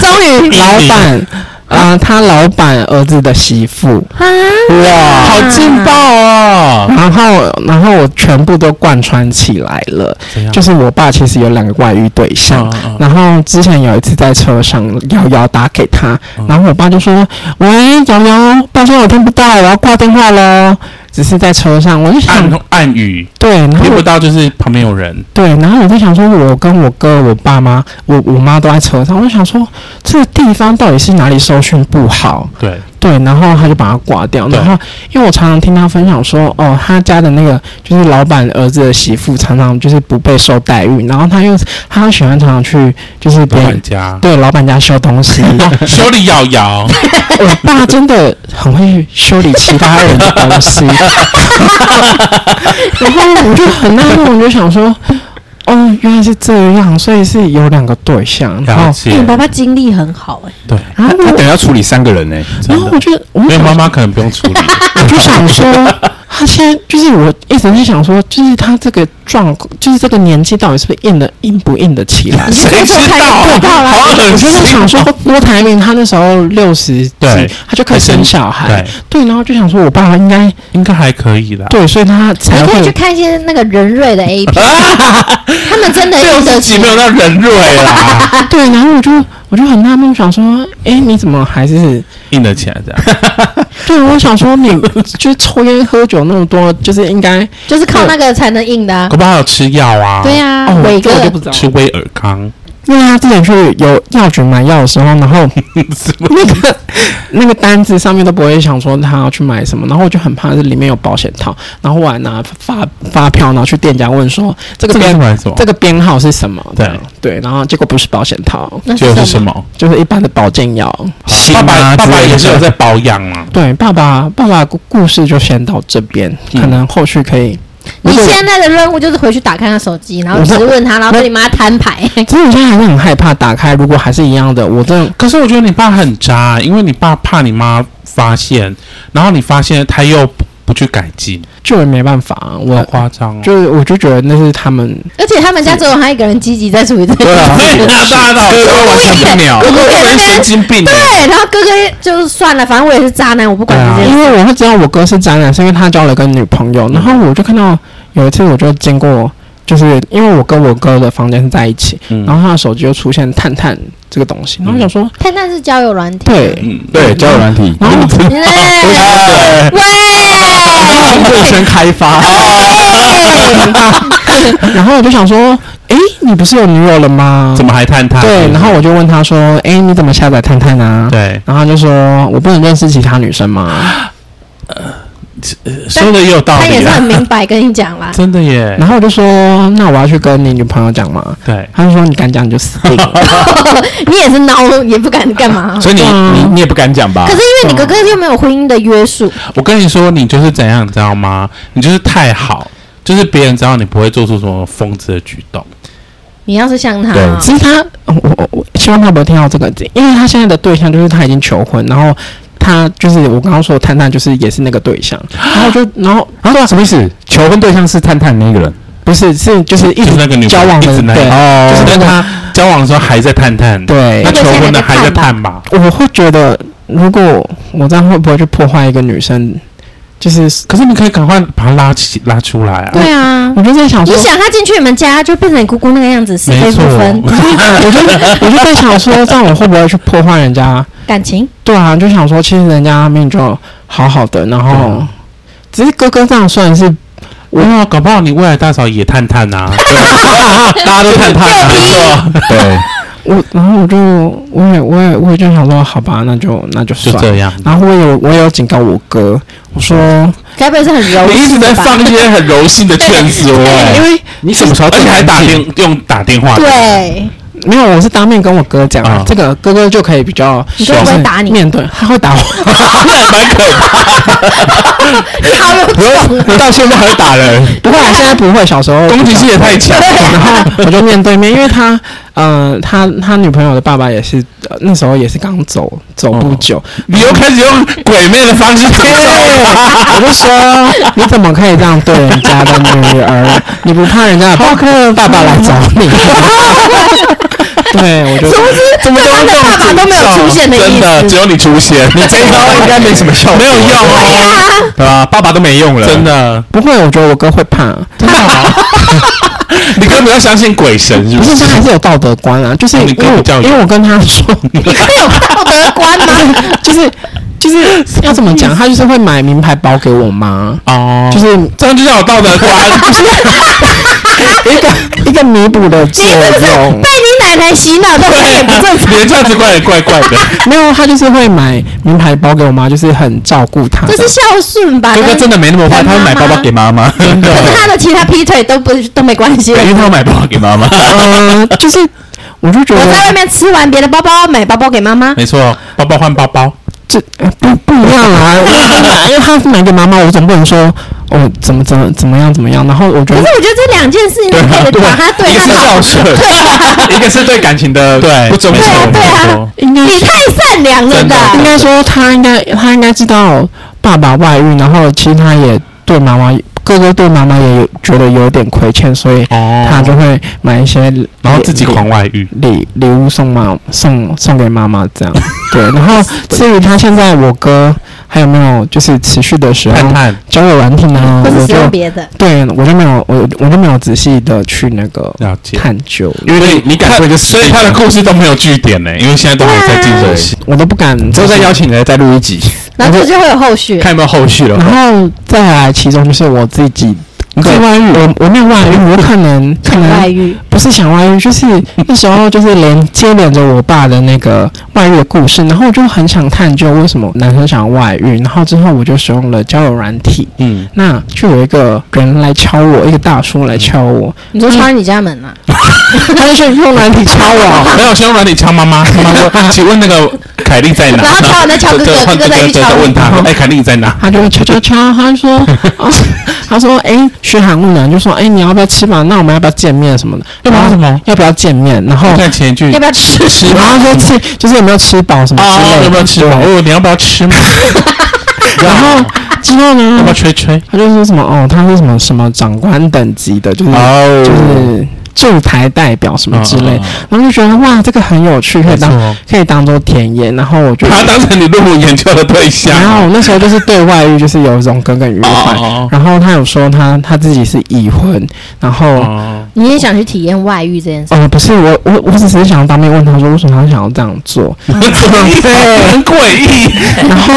Speaker 3: 终于
Speaker 1: 老板，
Speaker 2: 老
Speaker 1: 啊、他老板儿子的媳妇，
Speaker 3: 啊，
Speaker 2: 哇，好劲爆哦！
Speaker 1: 然后然后我全部都贯穿起来了。
Speaker 2: 怎样
Speaker 1: 就是我爸其实有两个外遇对象，
Speaker 2: 嗯嗯嗯
Speaker 1: 然后之前有一次在车上，瑶瑶打给他，然后我爸就说：“喂，瑶瑶，抱歉我听不到，我要挂电话喽。”只是在车上，我就想，
Speaker 2: 暗暗语
Speaker 1: 对，然后
Speaker 2: 听不
Speaker 1: 我
Speaker 2: 到，就是旁边有人。
Speaker 1: 对，然后我就想说，我跟我哥、我爸妈、我我妈都在车上，我就想说，这个地方到底是哪里收讯不好？
Speaker 2: 对，
Speaker 1: 对，然后他就把它挂掉。
Speaker 2: 对
Speaker 1: 然后，因为我常常听他分享说，哦，他家的那个就是老板儿子的媳妇，常常就是不被受待遇，然后他又他又喜欢常常去就是别
Speaker 2: 老
Speaker 1: 人
Speaker 2: 板家
Speaker 1: 对老板家修东 西。
Speaker 2: 修理瑶瑶，
Speaker 1: 我爸真的很会修理其他人的东西， 然后我就很纳闷，我就想说，哦，原来是这样，所以是有两个对象，然
Speaker 2: 了
Speaker 1: 后
Speaker 2: 解
Speaker 3: 哎。你爸爸精力很好哎，
Speaker 2: 对，
Speaker 1: 然后
Speaker 4: 他
Speaker 1: 我
Speaker 4: 等下处理三个人呢、
Speaker 1: 然
Speaker 2: 真
Speaker 1: 后
Speaker 2: 的
Speaker 1: 我就我就
Speaker 2: 没有
Speaker 1: 想
Speaker 2: 妈妈可能不用处理。
Speaker 1: 我就想说，他现在就是我一直在想说，就是他这个状，就是这个年纪到底是不是硬的硬不硬得起来？
Speaker 2: 谁知道啊？ 好
Speaker 1: 哦我
Speaker 2: 恶
Speaker 1: 就
Speaker 2: 心
Speaker 1: 在想说，郭台铭他那时候六十几
Speaker 2: 对，
Speaker 1: 他就可以生小孩
Speaker 2: 对，
Speaker 1: 对，然后就想说，我爸应该
Speaker 2: 应该还可以啦。
Speaker 1: 对，所以他才
Speaker 3: 你可以去
Speaker 1: 会。
Speaker 3: 看一些那个人瑞的 A P，他们真的
Speaker 2: 六
Speaker 3: 用
Speaker 2: 十
Speaker 3: 得
Speaker 2: 几
Speaker 3: 起
Speaker 2: 没。有到人瑞 啦，
Speaker 1: 对，然后我就我就很纳闷，想说，哎，你怎么还是？
Speaker 2: 硬得起来这样。
Speaker 1: 对，我想说你 就是抽烟喝酒那么多，就是应该哦
Speaker 3: 就是靠那个才能硬的啊、
Speaker 2: 可不好有吃药啊？
Speaker 3: 对呀、
Speaker 1: 哦，
Speaker 3: 伟、
Speaker 1: 这我就
Speaker 3: 哥
Speaker 1: 不知道了，
Speaker 2: 吃威尔康，
Speaker 1: 因为他之前去有药局买药的时候，然 后那个那个单子上面都不会想说他要去买什么，然后我就很怕是里面有保险套，然后我还拿发发票，然后去店家问说这个
Speaker 2: 这个是
Speaker 1: 编
Speaker 2: 买什么
Speaker 1: 这？个编号是什么？
Speaker 2: 对啊
Speaker 1: 这样对，然后结果不是保险套，
Speaker 3: 那
Speaker 2: 就是是
Speaker 3: 什
Speaker 2: 什
Speaker 3: 么？
Speaker 2: 么？
Speaker 1: 就是一般的保健药。
Speaker 4: 行
Speaker 2: 爸爸
Speaker 4: 啊
Speaker 2: 爸
Speaker 4: 之
Speaker 2: 爸
Speaker 4: 类的
Speaker 2: 也是有在保养啊嘛。
Speaker 1: 对，爸爸爸爸故故事就先到这边，
Speaker 2: 嗯
Speaker 1: 可能后续可以。
Speaker 3: 你
Speaker 1: 如果
Speaker 3: 现在的任务就是回去打开他手机，然后
Speaker 1: 我
Speaker 3: 直
Speaker 1: 是
Speaker 3: 问他，然后跟你妈摊牌。
Speaker 1: 其实我现在还是很害怕打开，如果还是一样的，我真的
Speaker 2: 可是我觉得你爸很渣，因为你爸怕你妈发现，然后你发现他又不不去改进，
Speaker 1: 就也没办法啊，
Speaker 2: 好
Speaker 1: 我
Speaker 2: 夸张哦。
Speaker 1: 就是我就觉得那啊是他们
Speaker 3: 而且他们家只有他一个人积极在处理这个。
Speaker 2: 所以他大到
Speaker 4: 哥哥完全不鸟
Speaker 2: 哥哥根本是神经病。
Speaker 3: 对，然后哥哥就是算了，反正我也是渣男，我不管
Speaker 2: 对啊嗯
Speaker 3: 这件
Speaker 1: 因
Speaker 3: 事。
Speaker 1: 为我会知道我哥是渣男，是因为他交了个女朋友，然后我就看到有一次我就经过，就是因为我跟我哥的房间是在一起，
Speaker 2: 嗯
Speaker 1: 然后他的手机就出现探探这个东西，然后我想说，
Speaker 3: 探探是交友软体。
Speaker 1: 对，
Speaker 2: 嗯，
Speaker 4: 对，交友软体，
Speaker 1: 然后
Speaker 3: 喂，
Speaker 1: 啊
Speaker 3: 喂，
Speaker 1: 魏轩 开 发，然后我就想说，诶，你不是有女友了吗？
Speaker 2: 怎么还探他？
Speaker 1: 对，然后我就问他说，诶，你怎么下载探探啊？
Speaker 2: 对，
Speaker 1: 然后他就说，我不能认识其他女生吗？
Speaker 2: 说的也有
Speaker 4: 哦
Speaker 2: 道
Speaker 3: 他也
Speaker 2: 理
Speaker 3: 是
Speaker 2: 啊，
Speaker 3: 很明白跟你讲 啦。
Speaker 2: 真的耶。
Speaker 1: 然后我就说，那我要去跟你女朋友讲吗？
Speaker 2: 对，
Speaker 1: 他就说，你敢讲你就死定了。
Speaker 3: 你也是孬，也不敢干嘛。
Speaker 2: 嗯
Speaker 4: 所以你你你也不敢讲吧
Speaker 3: 可是？因为你哥哥又没有婚姻的约束，
Speaker 2: 我跟你说，你就是怎样，你知道吗？你就是太好，就是别人知道你不会做出什么疯子的举动。
Speaker 3: 你要是像他，
Speaker 2: 啊
Speaker 4: 对
Speaker 1: 其实他，哦我我我希望他不要听到这个，因为他现在的对象就是他已经求婚，然后他就是我刚刚说的探探，就是也是那个对 象，然后就然后
Speaker 4: 啊，什么意思？求婚对象是探探那个人
Speaker 1: 不是是就是一
Speaker 2: 就是那个女
Speaker 1: 直
Speaker 2: 朋
Speaker 1: 交
Speaker 2: 友
Speaker 1: 往
Speaker 2: 一
Speaker 1: 的
Speaker 2: 直那
Speaker 1: 对
Speaker 2: 个
Speaker 4: 哦
Speaker 2: 就是跟他交往的时候还在探探，
Speaker 1: 对
Speaker 2: 那，求婚的还在探吧。
Speaker 1: 我会觉得哦如果我这样会不会去破坏一个女生，就是
Speaker 2: 可是你可以赶快把他拉起拉出来啊！
Speaker 3: 对啊。
Speaker 1: 我就在想
Speaker 3: 你
Speaker 1: 说，
Speaker 3: 想他进去你们家就变成你姑姑那个样子，是非
Speaker 2: 没
Speaker 3: 不
Speaker 2: 错，
Speaker 3: 分
Speaker 1: 我就 我就在想说，这样我会不会去破坏人家？
Speaker 3: 感情。
Speaker 1: 对啊，就想说，其实人家命就好好的，然
Speaker 2: 对
Speaker 1: 后
Speaker 2: 啊
Speaker 1: 只是哥哥这样算是
Speaker 2: 我有，搞不好你未来大嫂也探探 啊，
Speaker 4: 大家都探探啊，对，
Speaker 1: 我然后我就我也我也我也就想说，好吧，那就那就
Speaker 2: 就
Speaker 1: 算。
Speaker 2: 这样。
Speaker 1: 然后我有我有警告我哥，我说，
Speaker 3: 该不会是很柔
Speaker 4: 你一直
Speaker 3: 性
Speaker 4: 在
Speaker 3: 的吧？
Speaker 4: 放一些 很柔性的劝说，
Speaker 1: 因
Speaker 4: 哎，
Speaker 1: 为
Speaker 4: 你什么时候？
Speaker 2: 而且还打电用打电话，，
Speaker 3: 对，
Speaker 1: 没有我是当面跟我哥讲、
Speaker 2: 啊
Speaker 1: 这个哥哥就可以比较
Speaker 3: 你哥会不会
Speaker 1: 就是
Speaker 3: 打你
Speaker 1: 面对他会 打我，
Speaker 4: 蛮可怕，
Speaker 3: 你好有种啊！
Speaker 4: 到现在还会打 人，
Speaker 1: 不会啊，现在不会，小时候
Speaker 4: 攻击性也太强。
Speaker 1: 然后我就面对面，因为他，呃，他他女朋友的爸爸也是，呃、那时候也是刚走走
Speaker 4: 哦
Speaker 1: 不久，
Speaker 4: 你又开始用鬼魅的方式对，
Speaker 1: 我就说你怎么可以这样对人家的女儿？你不怕人家的爸爸爸爸来找你？ 对，我就
Speaker 3: 殊不知
Speaker 1: 怎么
Speaker 3: 对
Speaker 1: 都
Speaker 3: 方的
Speaker 1: 用
Speaker 3: 爸爸
Speaker 1: 诅
Speaker 3: 都没有
Speaker 1: 咒
Speaker 3: 出现的
Speaker 4: 真
Speaker 3: 意
Speaker 4: 的
Speaker 3: 思
Speaker 4: 只。有你出现，你这一招应该没什么效果，
Speaker 2: 没有用
Speaker 3: 对
Speaker 2: 哦，
Speaker 3: 呀，
Speaker 4: 对吧？爸爸都没用了，
Speaker 2: 真。的。
Speaker 1: 不会，我觉得我哥会怕，
Speaker 2: 你根本要相信鬼神，是
Speaker 1: 不
Speaker 2: 不
Speaker 1: 是他还
Speaker 2: 是？
Speaker 1: 是有道德观啊，就是
Speaker 2: 哦
Speaker 1: 因
Speaker 2: 你
Speaker 1: 为
Speaker 2: 哥比较
Speaker 1: 我
Speaker 2: 有
Speaker 1: 因为我跟他说，
Speaker 3: 你可以有道德观吗？
Speaker 1: 啊就是就是要怎么讲，他就是会买名牌包给我妈，
Speaker 2: 哦，
Speaker 1: 就是
Speaker 2: 这样就叫有道德观。
Speaker 1: 一个一个弥补的作
Speaker 3: 你是不是
Speaker 1: 用
Speaker 3: 被。你奶奶洗 脑到有点不正常？
Speaker 2: 连这样子怪也怪怪的。
Speaker 1: 没有，他就是会买名牌包给我妈，就是很照顾她的。
Speaker 3: 这是孝顺吧？
Speaker 4: 哥哥真的没那么坏，他会买包包给妈妈，真
Speaker 3: 可 是他的其他劈腿都不都没关系。
Speaker 4: 因为他会买包包给妈妈。
Speaker 1: 嗯、就是我就觉
Speaker 3: 我在外
Speaker 1: 得
Speaker 3: 面吃完别的包包，买包包给妈
Speaker 4: 哎
Speaker 3: 妈。
Speaker 2: 没错，包包换包包，
Speaker 1: 这呃不不一样啊，因为他买给妈妈，我总不能说哦怎么怎么怎么样怎么样，然后我觉
Speaker 3: 可
Speaker 1: 得
Speaker 3: 是我觉得这两件事情都可以把它 对
Speaker 4: 一个
Speaker 3: 他
Speaker 4: 是孝
Speaker 3: 好。
Speaker 4: 顺，一个是对感情的
Speaker 2: 对
Speaker 4: 不忠
Speaker 2: 没
Speaker 3: 对
Speaker 2: 错
Speaker 3: 啊，。
Speaker 4: 诚
Speaker 2: 没
Speaker 3: 对啊
Speaker 2: 错，
Speaker 1: 应该
Speaker 3: 你太善良了
Speaker 2: 真的
Speaker 1: 应
Speaker 3: 的。
Speaker 1: 该说他应该他应该知道爸爸外遇，然后其实他也对妈妈哥哥对妈妈也有觉得有点亏欠，所以
Speaker 2: 哦
Speaker 1: 他就会买一些
Speaker 2: 然后自己狂外遇。
Speaker 1: 礼礼物送妈送送给妈妈这样，对。然后至于他现在我哥还有没有就是持续的使
Speaker 2: 探
Speaker 1: 用
Speaker 2: 探
Speaker 1: 交友软体呢？
Speaker 3: 或
Speaker 1: 我
Speaker 3: 是使
Speaker 1: 就
Speaker 3: 用别的，
Speaker 1: 对我就没有我我就没有仔细的去那个
Speaker 2: 了解
Speaker 1: 探究，
Speaker 4: 因为你你感受一个实
Speaker 2: 所
Speaker 4: 力
Speaker 2: 以
Speaker 4: 嘛，
Speaker 2: 他的故事都没有据点呢，因为现在都还在进行时。
Speaker 1: 我都不敢。
Speaker 4: 之后再邀请你来再录一集，
Speaker 3: 然后这就会有后续。
Speaker 4: 看有没有后续 了。
Speaker 1: 然后再来，其中就是我自己。
Speaker 4: 你自己
Speaker 1: 外遇，我我没有外遇，我可能可
Speaker 3: 外
Speaker 1: 能
Speaker 3: 遇，
Speaker 1: 不是想外遇，就是那时候就是连接连着我爸的那个外遇的故事，然后我就很想探究为什么男生想要外遇，然后之后我就使用了交友软体，
Speaker 2: 嗯，
Speaker 1: 那就有一个人来敲我，一个大叔来敲我，
Speaker 3: 你说穿你家门啊？
Speaker 1: 他就是用软体敲我，
Speaker 2: 没有，先用软体敲妈妈，妈妈说：“请问那个凯莉在哪？”
Speaker 3: 然后敲完再敲哥哥
Speaker 2: 哎对对换
Speaker 3: 哥哥再去敲
Speaker 2: 对对问他：“哎，凯莉你在哪
Speaker 1: 他就敲敲敲，他就 说，啊、他说，哎、学韩文的人就说，哎、你要不要吃饭？那我们要不要见面什么的？要
Speaker 2: 不要什么？
Speaker 1: 要不要见面？然？”后
Speaker 2: 我看前一句
Speaker 3: 要不要吃？
Speaker 2: 吃
Speaker 1: 然后说吃，就是有没有吃饱什么之类
Speaker 2: 啊，
Speaker 1: 的，
Speaker 2: 有没有吃饱？
Speaker 1: 对
Speaker 2: 哦，你要不要吃嘛？
Speaker 1: 然后之后
Speaker 2: 要不要
Speaker 1: 呢，
Speaker 2: 吹吹？
Speaker 1: 他就说什么哦，他是什么什么长官等级的，就是、就
Speaker 4: 哦，
Speaker 1: 是驻台代表什么之类，
Speaker 2: 嗯嗯
Speaker 1: 然后就觉得哇，这个很有趣，可以
Speaker 2: 没
Speaker 1: 当
Speaker 2: 错
Speaker 1: 可以当做田野。然后我就，
Speaker 2: 把他当成你论文研究的对象。
Speaker 1: 然后我那时候就是对外遇就是有一种耿耿于怀。
Speaker 2: 哦
Speaker 1: 然后他有说他他自己是已婚，然后。
Speaker 2: 哦，
Speaker 3: 你也想去体验外遇这件事？
Speaker 1: 哦，不是我，我我只是想要当面问他说，为什么他想要这样 做？
Speaker 2: 对，很诡 异。
Speaker 1: 然后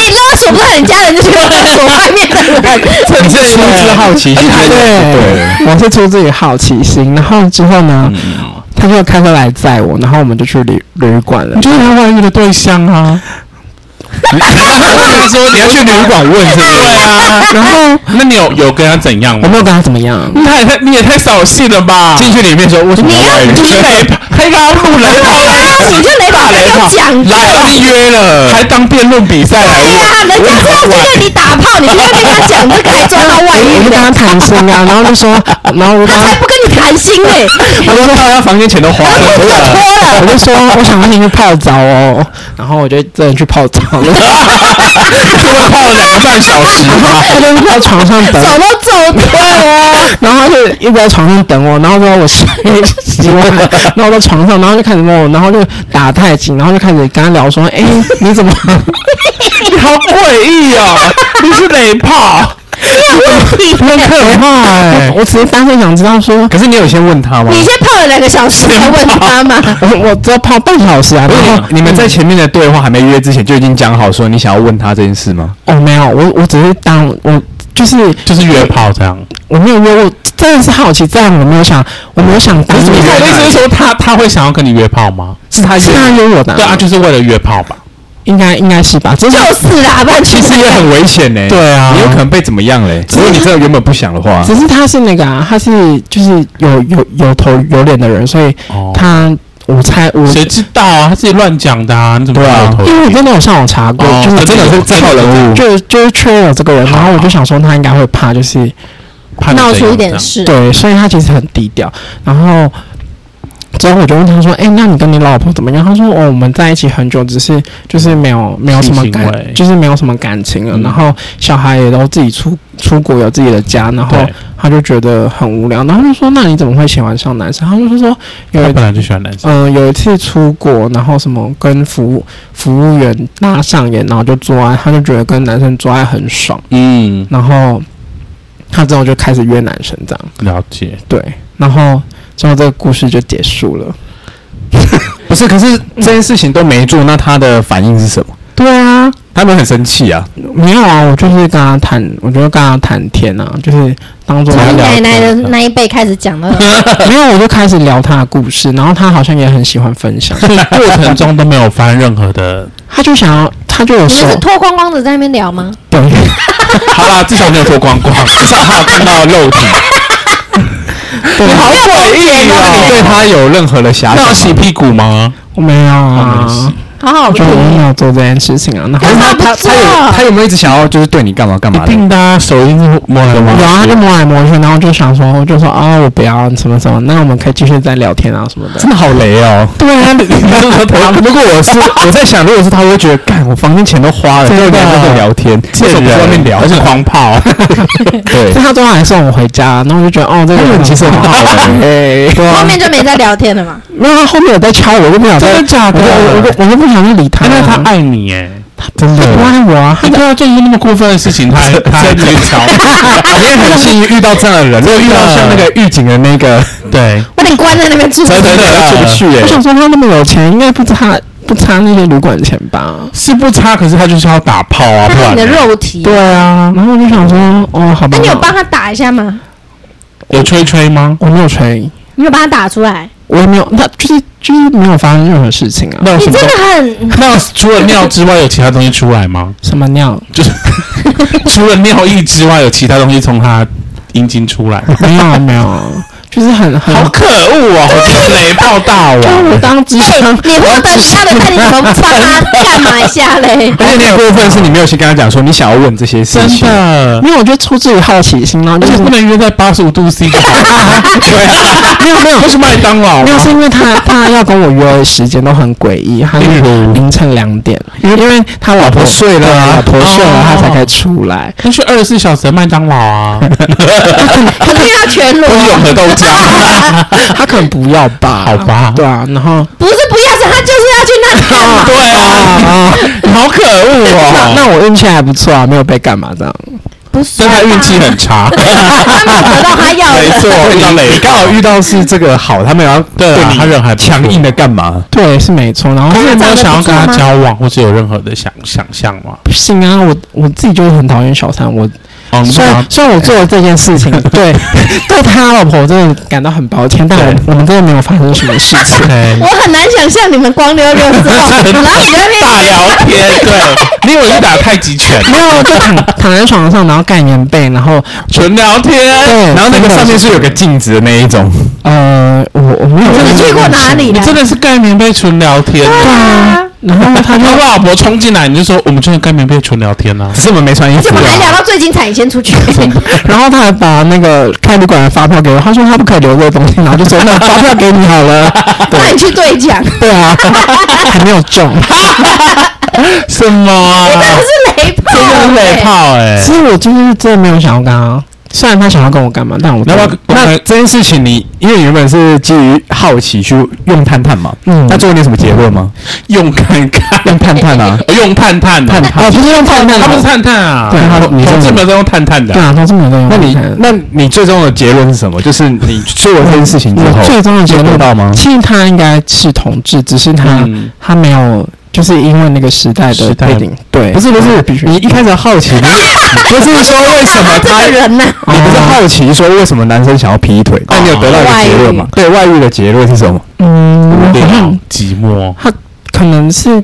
Speaker 3: 你勒索不到人家人，就去勒索外面的人。
Speaker 4: 你这出自好奇心， 对，
Speaker 1: 对，我是出自于好奇心。然后之后呢，
Speaker 4: 嗯
Speaker 1: 他就开车来载我，然后我们就去旅旅馆了。
Speaker 2: 就是他外遇的对象啊。他说
Speaker 4: 你要去旅馆问是不是？
Speaker 2: 对啊，
Speaker 1: 然后
Speaker 2: 那你有有跟他怎样
Speaker 1: 我
Speaker 2: 吗？
Speaker 1: 没有跟他怎么样，
Speaker 2: 他也太你也太扫兴了吧！
Speaker 4: 进去里面说为什么 要外遇？
Speaker 2: 就是雷，还拉路雷
Speaker 3: 对
Speaker 2: 跑，
Speaker 3: 啊，你就雷宝哥有讲过。
Speaker 4: 来都约了，
Speaker 2: 还当辩论比赛
Speaker 3: 对
Speaker 2: 来。
Speaker 3: 呀，人家是要针对你打炮，你就在跟人家讲这个，还抓到外
Speaker 1: 我就
Speaker 3: 遇
Speaker 1: 跟他
Speaker 3: 的，
Speaker 1: 谈心啊，然后就说，然后我就跟
Speaker 3: 他才
Speaker 1: 他，
Speaker 3: 不跟你谈心嘞。
Speaker 4: 我都到他房间钱都花了，
Speaker 3: 我脱了，
Speaker 1: 我就说我想要先去泡澡哦，然后我就真的去泡澡了，
Speaker 4: 他妈泡了两个半小时，
Speaker 1: 然后 他就在床上等
Speaker 3: 手
Speaker 1: 我，
Speaker 3: 都走断
Speaker 2: 啊
Speaker 3: 了。
Speaker 1: 然后他就一直在床上等我，然后说我 洗洗完，然后我在床上，然后就开始摸我，然后就打太极，然后就开始跟他聊说，哎，你怎么？
Speaker 2: 你好诡异哦！你是雷 炮，
Speaker 1: 很可怕哎、
Speaker 2: 欸
Speaker 1: 我只是单纯想知道说，
Speaker 4: 可是你有先问他吗？
Speaker 3: 你先泡了两个小时才问他嘛？
Speaker 1: 我我只要泡半小时 啊，
Speaker 4: 不
Speaker 1: 然后
Speaker 4: 是你们在前面的对话还没约之前就已经讲好说你想要问他这件事吗？
Speaker 1: 哦没有，我我只是当我就是
Speaker 2: 就是约炮这样。
Speaker 1: 我没有约，我真的是好奇，但我没有想，我没有想当面
Speaker 2: 你的意思是说他他会想要跟你约炮吗？
Speaker 4: 是他
Speaker 1: 是他约我的、
Speaker 2: 对啊，，就是为了约炮吧。
Speaker 1: 应该应该是吧，只是
Speaker 3: 就是啦，不然
Speaker 4: 其实也很危险呢。
Speaker 1: 对啊
Speaker 4: 你有可能被怎么样嘞？如果你真的原本不想的话，
Speaker 1: 只是他是那个啊，他是就是有有有头有脸的人，所以
Speaker 2: 哦，
Speaker 1: 他我猜我
Speaker 2: 谁知道啊？他自己乱讲的啊！你怎么
Speaker 4: 对啊
Speaker 2: 有头
Speaker 1: 因为我真的有上网查过，
Speaker 2: 哦
Speaker 1: 就是
Speaker 2: 他真的是
Speaker 4: 这号人物
Speaker 1: 就就是确认有这个人，然后我就想说他应该会怕，就是
Speaker 2: 怕你
Speaker 3: 闹
Speaker 2: 怎
Speaker 3: 出
Speaker 2: 样
Speaker 3: 一点
Speaker 2: 这样
Speaker 3: 事。
Speaker 1: 对，所以他其实很低调。然后之后，我就问他说：“哎、那你跟你老婆怎么样？”他说：“哦，我们在一起很久，只是就是没
Speaker 2: 嗯
Speaker 1: 有没有什么
Speaker 2: 性行
Speaker 1: 感
Speaker 2: 为，
Speaker 1: 就是没有什么感情了。
Speaker 2: 嗯
Speaker 1: 然后小孩也都自己出出国，有自己的家，然后
Speaker 2: 对
Speaker 1: 他就觉得很无聊。然后就说：‘那你怎么会喜欢上男生？’他就是说有
Speaker 2: 他
Speaker 1: 一
Speaker 2: 本来就喜欢男生，
Speaker 1: 嗯、有一次出国，然后什么跟服务服务员拉上眼，然后就做爱，他就觉得跟男生做爱很爽，
Speaker 2: 嗯，
Speaker 1: 然后他之后就开始约男生这样，
Speaker 2: 了解。
Speaker 1: 对，然后之后这个故事就结束了。
Speaker 4: 不是，可是这件事情都没做，那他的反应是什么？
Speaker 1: 对啊，
Speaker 4: 他们很生气啊，
Speaker 1: 没有啊，我就是跟他谈，我就跟他谈天啊，就是当 做
Speaker 3: 从
Speaker 2: 聊
Speaker 3: 你
Speaker 2: 聊
Speaker 3: 奶奶的那一辈开始讲的，
Speaker 1: 没有，我就开始聊他的故事，然后他好像也很喜欢分享，
Speaker 2: 所以过程中都没有发生任何 的，
Speaker 1: 他就想要，他就有
Speaker 3: 你
Speaker 1: 说
Speaker 3: 们是脱光光的在那边聊吗？
Speaker 1: 对，
Speaker 2: 好啦，至少没有脱光光，
Speaker 4: 至少他有看到肉体。
Speaker 1: 对
Speaker 4: 你好诡异哦！那你对他有任何的遐
Speaker 2: 那有
Speaker 4: 想
Speaker 2: 洗
Speaker 4: 吗？
Speaker 2: 屁股吗？
Speaker 1: 我没有
Speaker 2: 哦没事
Speaker 1: 啊，
Speaker 3: 好好
Speaker 1: 我
Speaker 3: 听
Speaker 1: 就没有做这件事情啊，然后
Speaker 4: 可是他他他
Speaker 3: 啊
Speaker 4: 有他有没有一直想要就是对你干嘛干嘛
Speaker 2: 一
Speaker 4: 的？
Speaker 2: 定的啊，手一定是摸来摸
Speaker 1: 有啊，他就
Speaker 2: 去。
Speaker 1: 摸来摸去，然后就想说，就说啊，我不要什么什么，那我们可以继续再聊天啊什么的。
Speaker 4: 真的好雷 哦！
Speaker 1: 对啊，
Speaker 4: 我如果我是我在想，如果是他，我会觉得，干，我房间钱都花了，
Speaker 1: 真
Speaker 4: 就
Speaker 1: 的
Speaker 4: 连这个聊天，
Speaker 2: 为什么不在外面聊，而且狂泡，
Speaker 4: 对
Speaker 1: 所以，他最后还送我回家，然后我就觉得哦，这个人
Speaker 4: 其实很好 哎。
Speaker 1: 对
Speaker 3: 后
Speaker 1: 啊，
Speaker 3: 面就没再聊天了嘛。
Speaker 1: 没有他后面有在敲我，我就不想再，
Speaker 2: 真的假的
Speaker 1: 我就我就我就不想再理他
Speaker 2: 但
Speaker 1: 了，
Speaker 2: 是他爱你哎，
Speaker 4: 真
Speaker 1: 他不
Speaker 4: 的，
Speaker 1: 爱我啊，他
Speaker 2: 你对他做出那么过分的事情，他 还他 还去瞧，
Speaker 4: 你也很幸运遇到这样的人，如果遇到像那个狱警的那个，
Speaker 2: 对，
Speaker 3: 把你关在那边住，
Speaker 4: 真的出不去
Speaker 1: 我
Speaker 4: 哎。
Speaker 1: 想说他那么有钱，应该不差不差那些旅馆钱吧？
Speaker 2: 是不差，可是他就是要打炮啊，
Speaker 3: 他
Speaker 2: 不
Speaker 3: 是
Speaker 2: 然
Speaker 3: 你的
Speaker 2: 呢
Speaker 3: 肉体。
Speaker 1: 对啊，然后我就想说哦，好吧，
Speaker 3: 那你有帮他打一下吗？
Speaker 2: 有吹吹吗？
Speaker 1: 我没有吹，
Speaker 3: 你有帮他打出来？
Speaker 1: 我也没有，他就是就是没有发生任何事情啊，
Speaker 2: 那有
Speaker 3: 你
Speaker 2: 什么
Speaker 3: 真
Speaker 2: 东？
Speaker 3: 的很，
Speaker 2: 那有除了尿之外，有其他东西出来吗？
Speaker 1: 什么尿。
Speaker 2: 就是 除了尿液之外，有其他东西从他阴茎出来？
Speaker 1: 没有没有，就是很很
Speaker 2: 好可恶哦！地 雷暴大
Speaker 1: 就是我
Speaker 2: 王，
Speaker 1: 当智商，
Speaker 3: 你获得你要的，但你怎么帮他干嘛一下 嘞？
Speaker 4: 而且你很过分，是你没有去跟他讲说你想要问这些事
Speaker 2: 真
Speaker 4: 情，
Speaker 2: 的。
Speaker 1: 没有，我就出自于好奇心，然后
Speaker 2: 而
Speaker 1: 就
Speaker 2: 且
Speaker 1: 是
Speaker 2: 不能约在八十五度 C 的地方， 对啊，
Speaker 1: 没有没有
Speaker 2: 不是麦当劳
Speaker 1: 没有，嗯
Speaker 2: 吗
Speaker 1: 是？因为他他要跟我约的时间都很诡异，他是
Speaker 2: 例如
Speaker 1: 凌晨两点，因为因为他老婆
Speaker 4: 睡了啊
Speaker 1: 对老婆睡
Speaker 2: 哦
Speaker 1: 了，他才可以出来。
Speaker 2: 那去二十四小时的麦当劳啊，
Speaker 3: 可能要全裸，啊
Speaker 2: 永和豆浆，
Speaker 1: 他可能不要哦吧？
Speaker 2: 好吧
Speaker 1: 对啊，然后
Speaker 3: 不是不要，是他就是要去那里干 嘛？
Speaker 2: 对啊，
Speaker 1: 啊，
Speaker 2: 好可恶
Speaker 1: 那
Speaker 2: 哦！
Speaker 1: 那我运气还不错啊，没有被干嘛这样。
Speaker 3: 不是
Speaker 2: 但
Speaker 3: 吧，
Speaker 2: 他运气
Speaker 3: 啊
Speaker 2: 很差，
Speaker 3: 他没有得到他要
Speaker 2: 没
Speaker 3: 的。
Speaker 2: 错，遇到雷
Speaker 4: 你刚好
Speaker 2: 暴，
Speaker 4: 遇到是这个好，他们要
Speaker 2: 对啊
Speaker 4: 你
Speaker 2: 他人还不错
Speaker 4: 强硬的干嘛？
Speaker 1: 对，是没错。然后
Speaker 2: 你有没有想要跟他交往，或是有任何的想想象吗？
Speaker 1: 不行啊，我我自己就是很讨厌小三，我
Speaker 2: 哦，你
Speaker 1: 虽
Speaker 2: 想要
Speaker 1: 然虽然我做了这件事 情，对 对他老婆我真的感到很抱歉，但我
Speaker 2: 对哎
Speaker 1: 我们真的没有发生什么事情。
Speaker 2: OK
Speaker 3: 我很难想象你们光溜溜之后，然后你在那边
Speaker 2: 大聊天，对，你以为是打太极拳，
Speaker 1: 没有，就躺 躺在床上，然后盖棉被，然后
Speaker 2: 纯聊天。
Speaker 1: 对，
Speaker 4: 然后那个上面是有个镜子的那一种，
Speaker 1: 呃，我我没有
Speaker 3: 你去过哪里
Speaker 2: 你
Speaker 3: 啦？
Speaker 2: 真的是盖棉被纯聊天，
Speaker 1: 对啊，然后他
Speaker 2: 他
Speaker 1: 就
Speaker 2: 他老婆冲进来，你就说我们就是盖棉被纯聊天啊
Speaker 4: 只。是我们没穿衣服
Speaker 3: 怎么还聊
Speaker 4: 啊。
Speaker 3: 到最精彩？你先出 去。
Speaker 1: 然后他还把那个开旅馆的发票给我，他说他不可以留这个东西，然后就说那发票给你好了。
Speaker 3: 那你去兑奖，
Speaker 1: 对啊，还没有 中，
Speaker 2: 什么
Speaker 3: 真
Speaker 2: 啊？
Speaker 3: 的是雷炮
Speaker 2: 真的
Speaker 3: 欸，
Speaker 2: 很 雷炮哎、
Speaker 1: 其实我就是真的没有想要跟他，虽然他想要跟我干嘛，但我
Speaker 2: 那么
Speaker 4: 那这件事情你，因为你原本是基于好奇去用探探嘛，
Speaker 1: 嗯
Speaker 4: 那最后你有什么结论吗？
Speaker 2: 用看看，
Speaker 4: 用探探啊，
Speaker 2: 呃用探探哦、
Speaker 4: 探探
Speaker 1: 哦，不是用探探
Speaker 2: 他不
Speaker 1: 的，
Speaker 2: 是探探啊，
Speaker 1: 对他
Speaker 2: 同
Speaker 1: 你
Speaker 2: 同
Speaker 1: 是
Speaker 2: 志们都用探探的
Speaker 1: 对
Speaker 2: 啊、
Speaker 1: 啊，他是没有用
Speaker 4: 那
Speaker 1: 探
Speaker 4: 你
Speaker 1: 探的。
Speaker 4: 那你最终的结论是什么？就是你做了这件事情之
Speaker 1: 我
Speaker 4: 后，
Speaker 1: 最终的结
Speaker 4: 有
Speaker 1: 论
Speaker 4: 得到吗
Speaker 1: 其实他应该是同志，只是他、
Speaker 2: 嗯
Speaker 1: 他没有，就是因为那个时代
Speaker 2: 时
Speaker 1: 的
Speaker 2: 代
Speaker 1: 背景，对，
Speaker 4: 不是不是
Speaker 1: 必，须
Speaker 4: 你一开始好 奇，你你不是说为什 么
Speaker 3: 这
Speaker 4: 他
Speaker 3: 个人呐，
Speaker 4: 你不是好奇说为什么男生想要劈腿？那你有得到一个结论吗？哦对外遇的结论是什 么？
Speaker 1: 嗯，好像
Speaker 2: 啊寂寞，
Speaker 1: 他嗯可能是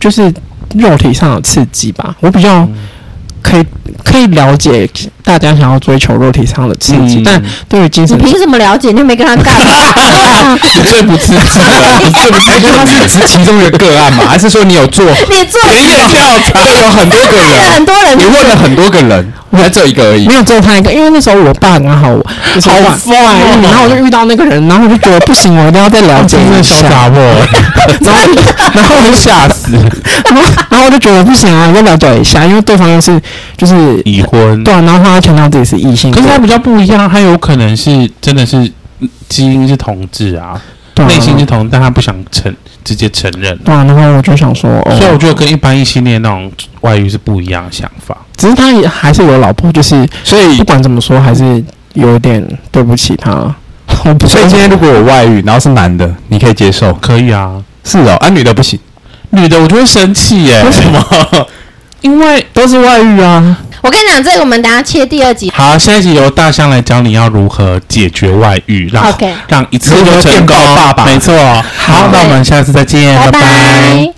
Speaker 1: 就是肉体上的刺激吧，我比较可以可以了解大家想要追求肉体上的刺激，
Speaker 2: 嗯
Speaker 1: 但对于精
Speaker 3: 你
Speaker 1: 神，
Speaker 3: 凭什么了解？你又没跟他干嘛？
Speaker 2: 你最不刺激了，你最不刺
Speaker 4: 哎，
Speaker 2: 激
Speaker 4: 那他是只其中一个个案嘛？还是说你有做？
Speaker 3: 你做
Speaker 2: 田野调查
Speaker 4: 有很 多个
Speaker 3: 害了
Speaker 4: 人，
Speaker 3: 很多人
Speaker 4: 你问了很多个人，我还只有一个而已
Speaker 1: 没。有只有他一个，因为那时候我爸刚好就是
Speaker 2: 好
Speaker 1: 晚
Speaker 2: 疯哦
Speaker 1: 晚 然后我就遇到那个人，然后我就觉得不行，我一定要再了解一下。
Speaker 2: 我，
Speaker 1: 然后，然后我就吓死，然后然后我就觉得不行啊，我要了解一下，因为对方又是就是
Speaker 2: 已婚
Speaker 1: 对。啊，然后他强调自己是异性，
Speaker 2: 可是他
Speaker 1: 嗯对
Speaker 2: 比较不一样，他有可能是真的是嗯基因是同志啊，
Speaker 1: 对啊
Speaker 2: 内心是同，但他不想承直接承认。
Speaker 1: 对啊，然后我就想说，
Speaker 2: 所以我
Speaker 1: 哦，
Speaker 2: 觉得跟一般异性恋那种外遇是不一样的想法。
Speaker 1: 只是他也还是有老婆，就是
Speaker 4: 所以
Speaker 1: 不，管怎么说，还是有一点对不起他。我不
Speaker 4: 所以今天如果有外遇，然后是男的，你可以接受？
Speaker 2: 可以啊，
Speaker 4: 是哦，啊，女的不行。
Speaker 2: 女的我就会生气耶、
Speaker 4: 为什么？
Speaker 2: 因为
Speaker 1: 都是外遇啊，
Speaker 3: 我跟你讲，这个我们等下切第二集。
Speaker 2: 好，啊下一集由大象来教你要如何解决外遇，让
Speaker 3: OK
Speaker 2: 让一次就成
Speaker 4: 如
Speaker 2: 功。
Speaker 4: 何变爆爸爸
Speaker 2: 哦没错。好，那我们下次再见，
Speaker 3: 哎拜
Speaker 2: 拜
Speaker 3: 拜。